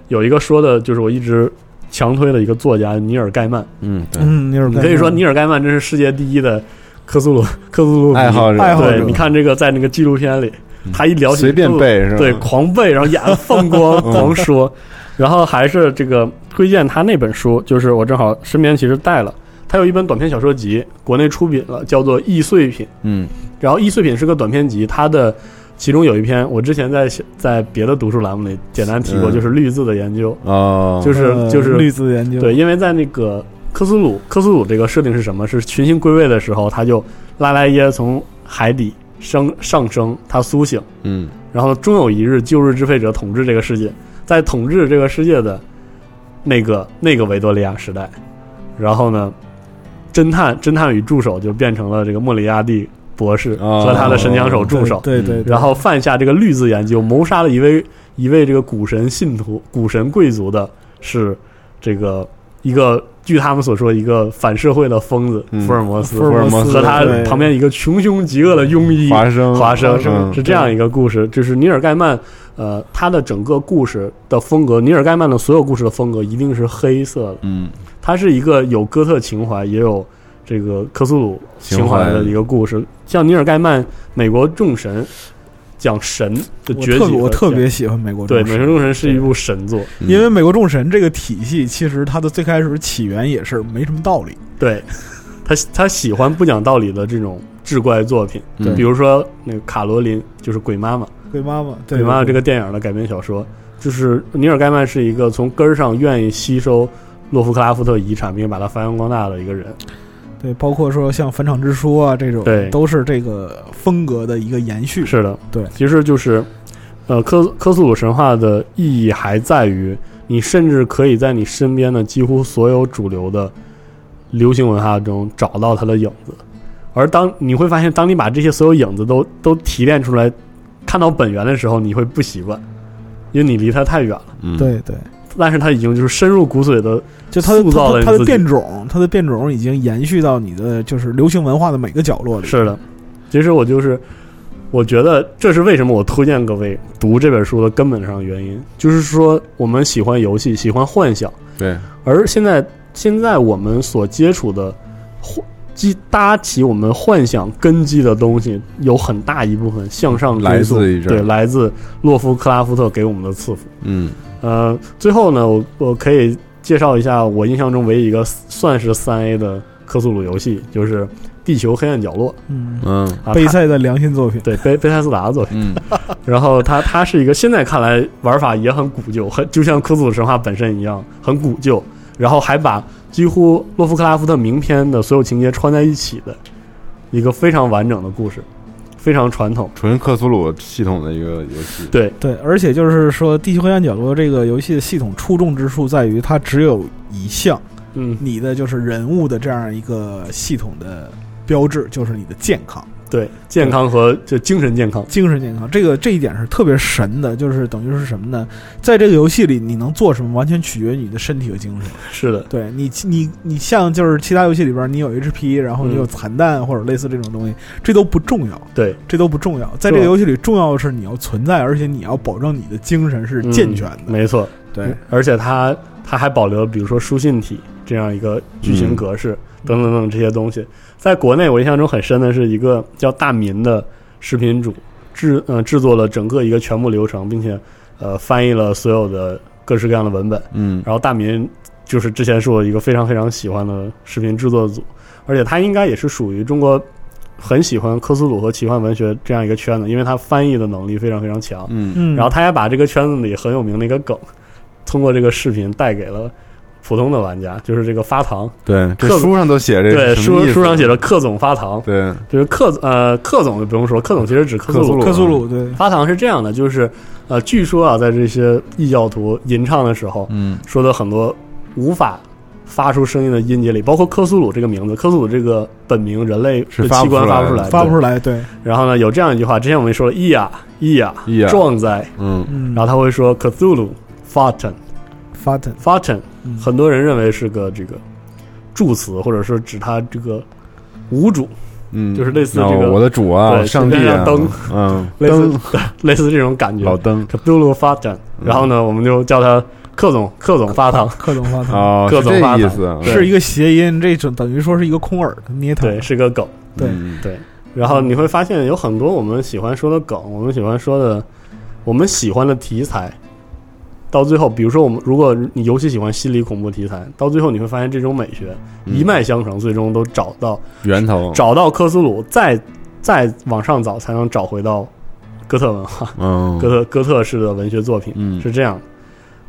Speaker 2: 有一个说的，就是我一直强推的一个作家尼尔盖曼，
Speaker 3: 嗯，对
Speaker 9: 嗯，尼尔盖
Speaker 2: 你
Speaker 9: 曼
Speaker 2: 可以说尼尔盖曼真是世界第一的克苏鲁克苏鲁迷
Speaker 3: 爱好者
Speaker 9: 爱好者
Speaker 2: 对，你看这个在那个纪录片里，他一聊起
Speaker 3: 随便
Speaker 2: 克苏鲁
Speaker 3: 背是吧？嗯
Speaker 2: 对，狂背，然后眼放
Speaker 3: *laughs*
Speaker 2: 光，狂说，然后还是这个推荐他那本书，就是我正好身边其实带了，他有一本短篇小说集，国内出品了，叫做《易碎品》，
Speaker 3: 嗯
Speaker 2: 然后《易碎品》是个短篇集，它的其中有一篇，我之前在在别的读书栏目里简单提过，
Speaker 3: 嗯
Speaker 2: 就是绿字的研究，
Speaker 3: 哦，
Speaker 2: 就是
Speaker 9: 呃
Speaker 2: 就是
Speaker 9: 绿字研究，
Speaker 2: 对，因为在那个科苏鲁，科苏鲁这个设定是什么？是群星归位的时候，他就拉莱耶从海底升上升，他苏醒。
Speaker 3: 嗯
Speaker 2: 然后终有一日，旧日支配者统治这个世界，在统治这个世界的那个那个维多利亚时代，然后呢，侦探侦探与助手就变成了这个莫里亚蒂博士
Speaker 3: 哦
Speaker 2: 和他的神枪手
Speaker 9: 对
Speaker 2: 助手，
Speaker 9: 对
Speaker 3: 嗯
Speaker 9: 对，对
Speaker 2: 然后犯下这个绿字研究，谋杀了一位一位这个古神信徒、古神贵族的是这个一个据他们所说一个反社会的疯子
Speaker 3: 嗯
Speaker 2: 福尔摩斯，
Speaker 9: 福尔摩斯
Speaker 2: 和他
Speaker 9: 对
Speaker 2: 旁边一个穷凶极恶的庸医
Speaker 3: 华生嗯
Speaker 2: 华生
Speaker 3: 华
Speaker 9: 嗯
Speaker 3: 生
Speaker 2: 是这样一个故事，就是尼尔盖曼，呃，他的整个故事的风格，尼尔盖曼的所有故事的风格一定是黑色的，
Speaker 3: 嗯
Speaker 2: 它是一个有哥特情怀，也有这个克苏鲁情怀的一个故事。像尼尔盖曼《美国众神》，讲神的
Speaker 9: 我
Speaker 2: 嗯崛
Speaker 9: 特
Speaker 2: 起，
Speaker 9: 我特别喜欢美国众
Speaker 2: 对《
Speaker 9: 神
Speaker 2: 美国众神》是一部神作，
Speaker 9: 因为美国众神这个体系，其实它的最开始起源也是没什么道理。
Speaker 2: 对他他喜欢不讲道理的这种志怪作品，
Speaker 3: 对
Speaker 2: 比如说那个卡罗琳就是鬼妈妈，
Speaker 9: 鬼妈妈，对
Speaker 2: 鬼妈妈这
Speaker 9: 个
Speaker 2: 个电影的改编小说，就是尼尔盖曼是一个从根儿上愿意吸收洛夫克拉夫特遗产并把它发扬光大的一个人。
Speaker 9: 对，包括说像《坟场之书》啊这种，
Speaker 2: 对
Speaker 9: 都是这个风格的一个延续。
Speaker 2: 是的，
Speaker 9: 对
Speaker 2: 其实就是，呃，科科苏鲁神话的意义还在于，你甚至可以在你身边的几乎所有主流的流行文化中找到它的影子，而当你会发现，当你把这些所有影子都都提炼出来，看到本源的时候，你会不习惯，因为你离它太远了。
Speaker 3: 嗯
Speaker 9: 对对，
Speaker 2: 但是它已经就是深入骨髓的，
Speaker 9: 就它的
Speaker 2: 塑造了
Speaker 9: 它的
Speaker 2: 你
Speaker 9: 它的
Speaker 2: 自己
Speaker 9: 变种，它的变种已经延续到你的就是流行文化的每个角落里。
Speaker 2: 是的。其实我就是，我觉得这是为什么我推荐各位读这本书的根本上的原因，就是说我们喜欢游戏，喜欢幻想。
Speaker 3: 对，
Speaker 2: 而现在现在我们所接触的幻基搭起我们幻想根基的东西，有很大一部分向上追
Speaker 3: 来自
Speaker 2: 溯
Speaker 3: 于这儿
Speaker 2: 对来自洛夫克拉夫特给我们的赐福。
Speaker 3: 嗯
Speaker 2: 呃，最后呢，我我可以介绍一下我印象中唯一一个算是三 A 的克苏鲁游戏，就是《地球黑暗角落
Speaker 9: 嗯，
Speaker 3: 嗯》
Speaker 2: 啊，
Speaker 9: 贝
Speaker 2: 它
Speaker 9: 塞的良心作品。
Speaker 2: 对贝贝塞斯达的作品。
Speaker 3: 嗯
Speaker 2: *laughs* 然后它它是一个现在看来玩法也很古旧，很就像科苏鲁神话本身一样很古旧，然后还把几乎洛夫克拉夫特名篇的所有情节穿在一起的一个非常完整的故事，非常传统。
Speaker 3: 纯克苏鲁系统的一个游戏，
Speaker 2: 对
Speaker 9: 对，而且就是说，《地球黑暗角落》这个游戏的系统出众之处在于，它只有一项
Speaker 2: 嗯，
Speaker 9: 你的就是人物的这样一个系统的标志，就是你的健康。
Speaker 2: 对，健康和就精神健康，
Speaker 9: 精神健康，这个这一点是特别神的，就是等于是什么呢？在这个游戏里，你能做什么，完全取决于你的身体和精神。
Speaker 2: 是的，
Speaker 9: 对你，你你像就是其他游戏里边，你有 HP，然后你有
Speaker 2: 嗯
Speaker 9: 残弹或者类似这种东西，这都不重要，
Speaker 2: 对，
Speaker 9: 这都不重要。在这个游戏里，重要的是你要存在，而且你要保证你的精神是
Speaker 2: 嗯
Speaker 9: 健全的。
Speaker 2: 没错。
Speaker 9: 对，
Speaker 2: 而且它它还保留了比如说书信体这样一个句型格式、等等等这些东西。在国内，我印象中很深的是一个叫大民的视频主制呃制作了整个一个全部流程，并且呃翻译了所有的各式各样的文本。
Speaker 3: 嗯，
Speaker 2: 然后大民就是之前是我一个非常非常喜欢的视频制作组，而且他应该也是属于中国很喜欢科斯鲁和奇幻文学这样一个圈子，因为他翻译的能力非常非常强。
Speaker 3: 嗯
Speaker 2: 然后他也把这个圈子里很有名的一个梗，通过这个视频带给了普通的玩家，就是这个发糖。
Speaker 3: 对，这
Speaker 2: 克
Speaker 3: 书上都写这
Speaker 2: 对
Speaker 3: 个什么
Speaker 2: 书
Speaker 3: 意思
Speaker 2: 书上写了克总发糖，
Speaker 3: 对，
Speaker 2: 就是克呃克总就不用说，克总其实指克苏鲁。
Speaker 9: 克苏鲁对
Speaker 2: 发糖是这样的，就是呃，据说啊，在这些异教徒吟唱的时候，
Speaker 3: 嗯，
Speaker 2: 说的很多无法发出声音的音节里，包括克苏鲁这个名字，克苏鲁这个本名，人类
Speaker 3: 是
Speaker 2: 的
Speaker 3: 发不
Speaker 2: 器官
Speaker 3: 出来
Speaker 2: 发不出
Speaker 3: 的
Speaker 2: 来，
Speaker 9: 发不出
Speaker 2: 来。
Speaker 9: 来，对，
Speaker 2: 然后呢，有这样一句话，之前我们说了，咿呀咿呀
Speaker 3: 咿呀
Speaker 2: 壮哉，
Speaker 3: 嗯
Speaker 9: 嗯，
Speaker 2: 然后他会说 Cthulhu Faten
Speaker 9: 发腾，
Speaker 2: Faten，
Speaker 9: 嗯
Speaker 2: 很多人认为是个这个助词，或者是指他这个无主，
Speaker 3: 嗯，
Speaker 2: 就是类似
Speaker 3: 那
Speaker 2: 这个
Speaker 3: 我的主啊，
Speaker 2: 对
Speaker 3: 上帝
Speaker 2: 天
Speaker 3: 啊
Speaker 2: 上，灯
Speaker 3: 嗯，
Speaker 2: 类似
Speaker 3: 灯
Speaker 2: *laughs* 类似这种感觉。
Speaker 3: 老灯
Speaker 2: Cthulhu Faten，然后呢，我们就叫他克总克总发糖，
Speaker 9: 克总发腾。
Speaker 3: 哦，
Speaker 2: 嗯各
Speaker 3: 是
Speaker 2: 种发
Speaker 3: 这意
Speaker 2: 展
Speaker 3: 思啊，
Speaker 2: 对
Speaker 9: 是一个谐音，这种等于说是一个空耳捏他。
Speaker 2: 对，是个梗。
Speaker 9: 对
Speaker 3: 嗯
Speaker 2: 对，然后你会发现有很多我们喜欢说的梗，我们喜欢说的，我们喜欢的题材，到最后，比如说我们如果你尤其喜欢心理恐怖题材，到最后你会发现这种美学
Speaker 3: 嗯
Speaker 2: 一脉相承，最终都找到
Speaker 3: 源头，
Speaker 2: 找到科苏鲁，再再往上找才能找回到哥特文化、
Speaker 3: 嗯，
Speaker 2: *laughs* 哥特哥特式的文学作品，
Speaker 3: 嗯
Speaker 2: 是这样的。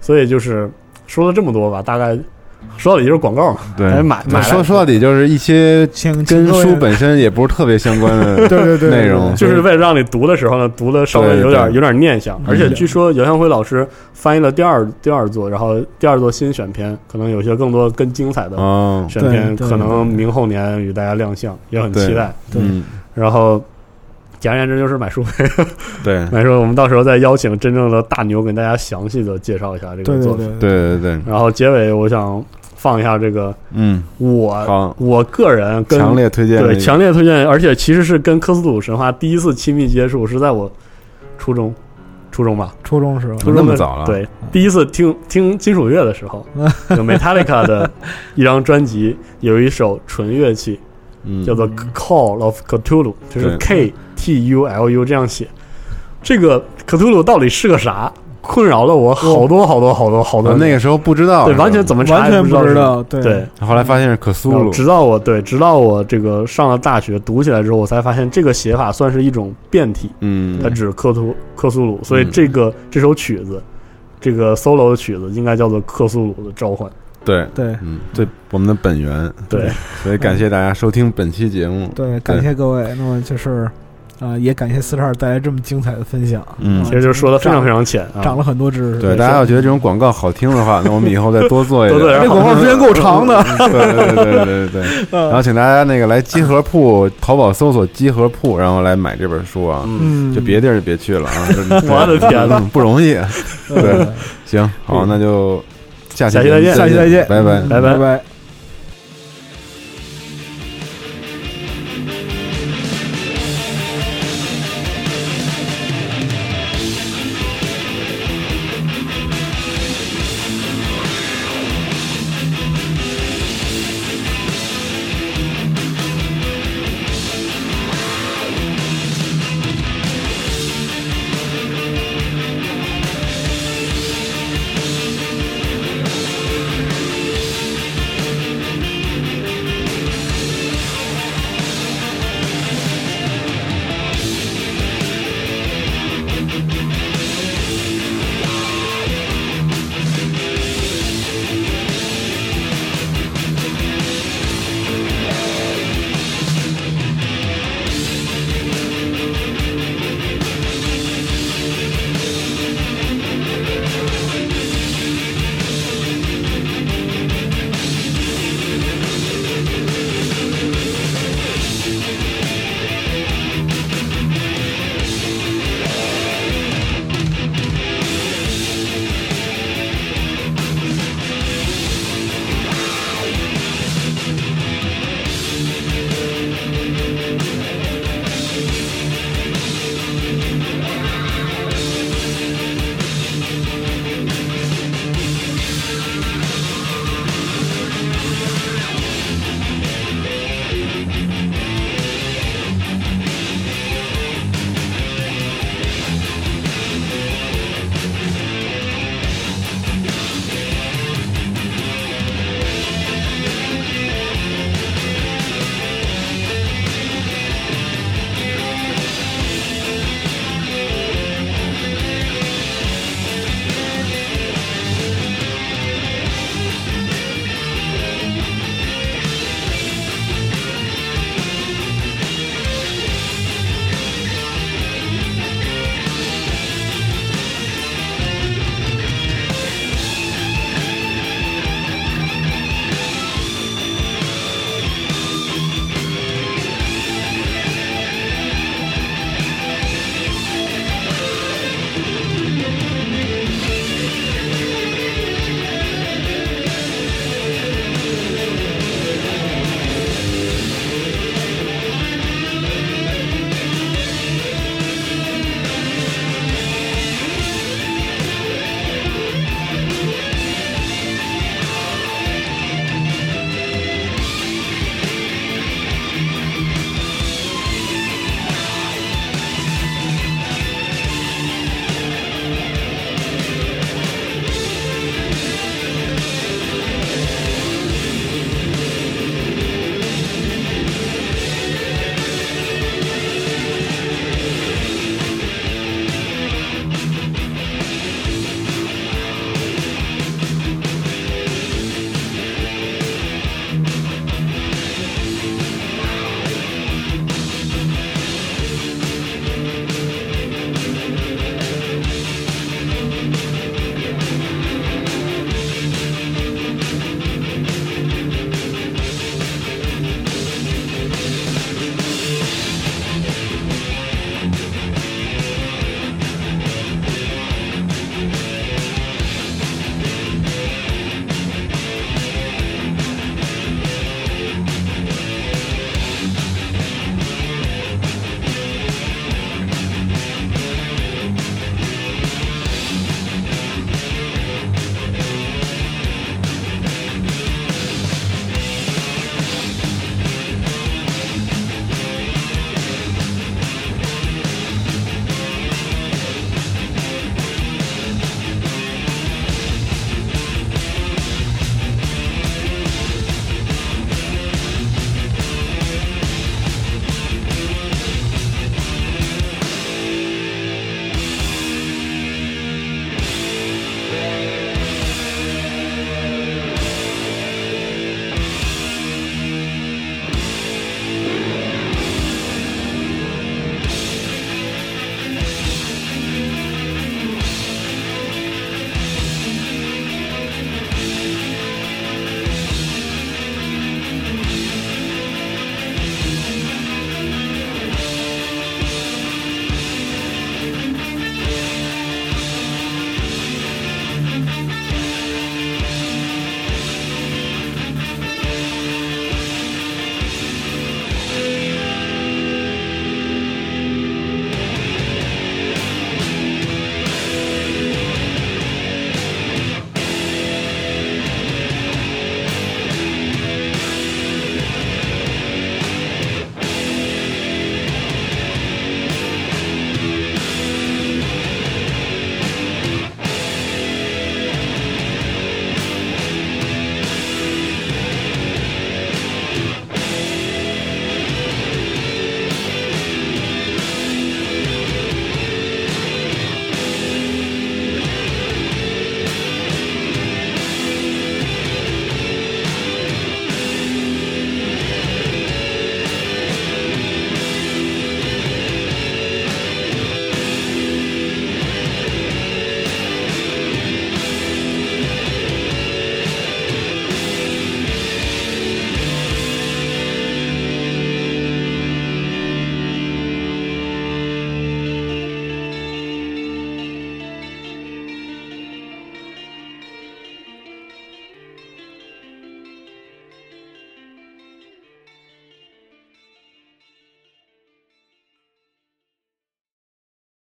Speaker 2: 所以就是说了这么多吧，大概说到底就是广
Speaker 3: *laughs*
Speaker 2: 告嘛，
Speaker 3: 对
Speaker 2: 哎买买来
Speaker 3: 说说到底就是一些
Speaker 9: 请
Speaker 3: 跟
Speaker 9: 请各位
Speaker 3: 书本身也不是特别相关
Speaker 2: *laughs*
Speaker 3: 的
Speaker 9: 对对对
Speaker 3: 内容，
Speaker 2: 就是为了让你读的时候呢，读的稍微有点
Speaker 3: 对对嗯
Speaker 2: 有点念想。而且据说姚向辉老师翻译了第二第二作，然后第二作新选篇，可能有些更多更精彩的
Speaker 3: 哦，
Speaker 2: 选篇，
Speaker 9: 对对
Speaker 2: 可能明后年与大家亮相，也很期待。
Speaker 9: 对
Speaker 3: 嗯，
Speaker 2: 然后。简而言之就是买书，
Speaker 3: 对
Speaker 2: *laughs*
Speaker 3: 嗯
Speaker 2: 买书。我们到时候再邀请真正的大牛给大家详细的介绍一下这
Speaker 9: 对
Speaker 2: 个
Speaker 9: 对
Speaker 2: 作品。
Speaker 9: 对，
Speaker 3: 对对对，
Speaker 2: 然后结尾我想放一下这个
Speaker 3: 嗯，
Speaker 2: 我
Speaker 3: 好，
Speaker 2: 我个人跟
Speaker 3: 强烈推荐那
Speaker 2: 对
Speaker 3: 个，
Speaker 2: 强烈推荐，而且其实是跟科斯鲁神话第一次亲密接触是在我初中，初中吧，
Speaker 9: 初中时候
Speaker 3: 怎么那么早了，
Speaker 2: 对，第一次听听金属乐的时
Speaker 9: *laughs*
Speaker 2: 候，有 Metallica 的一张专辑有一首纯乐器
Speaker 3: 嗯，
Speaker 2: 叫做《Call of Cthulhu》，就是
Speaker 3: 对
Speaker 2: K T U L U 这样写。这个 Cthulhu 到底是个啥？困扰了我好多好多好多好多
Speaker 3: 啊
Speaker 2: 年。
Speaker 3: 那个时候不知道，
Speaker 2: 对，完全怎
Speaker 3: 么，
Speaker 2: 么查
Speaker 9: 完
Speaker 2: 也
Speaker 9: 全
Speaker 2: 不
Speaker 9: 不知
Speaker 2: 是
Speaker 9: 道，对
Speaker 2: 对，
Speaker 3: 后来发现是可苏
Speaker 2: 然后
Speaker 3: 鲁，
Speaker 2: 直到我对，直到我这个上了大学读起来之后，我才发现这个写法算是一种变体，
Speaker 3: 嗯
Speaker 2: 它，指克图克苏鲁，所以
Speaker 3: 嗯
Speaker 2: 这个、这首曲子，这个 solo 的曲子应该叫做《克苏鲁的召唤》。
Speaker 3: 对，
Speaker 9: 对
Speaker 3: 嗯，对，我们的本源，
Speaker 2: 对，
Speaker 3: 所以感谢大家收听本期节目，
Speaker 9: 对，感谢各位。那么就是，啊，也感谢四十二带来这么精彩的分享，
Speaker 3: 嗯
Speaker 9: 啊
Speaker 2: 其实就说的非常非常浅啊，
Speaker 9: 长了很多知识。
Speaker 3: 对，大家要觉得这种广告好听的话，那我们以后再多做一
Speaker 2: *laughs* 多做点
Speaker 3: 点。
Speaker 9: 这广告时间够长的，
Speaker 3: *laughs*
Speaker 9: 嗯
Speaker 3: 对对对对对
Speaker 9: *laughs*
Speaker 3: 对对。然后请大家那个来集合铺，淘宝搜索集合铺，然后来买这本书啊。
Speaker 9: 嗯，
Speaker 3: 就别地儿就别去了
Speaker 2: *laughs*
Speaker 3: 啊！
Speaker 2: 我的天
Speaker 3: 呐
Speaker 2: 哪，
Speaker 3: 嗯不容易。
Speaker 9: 对，
Speaker 3: 行，好，那就下期
Speaker 2: 下期再见
Speaker 9: 下期再见，
Speaker 3: 拜拜。
Speaker 9: 嗯
Speaker 2: 拜拜
Speaker 9: 拜拜。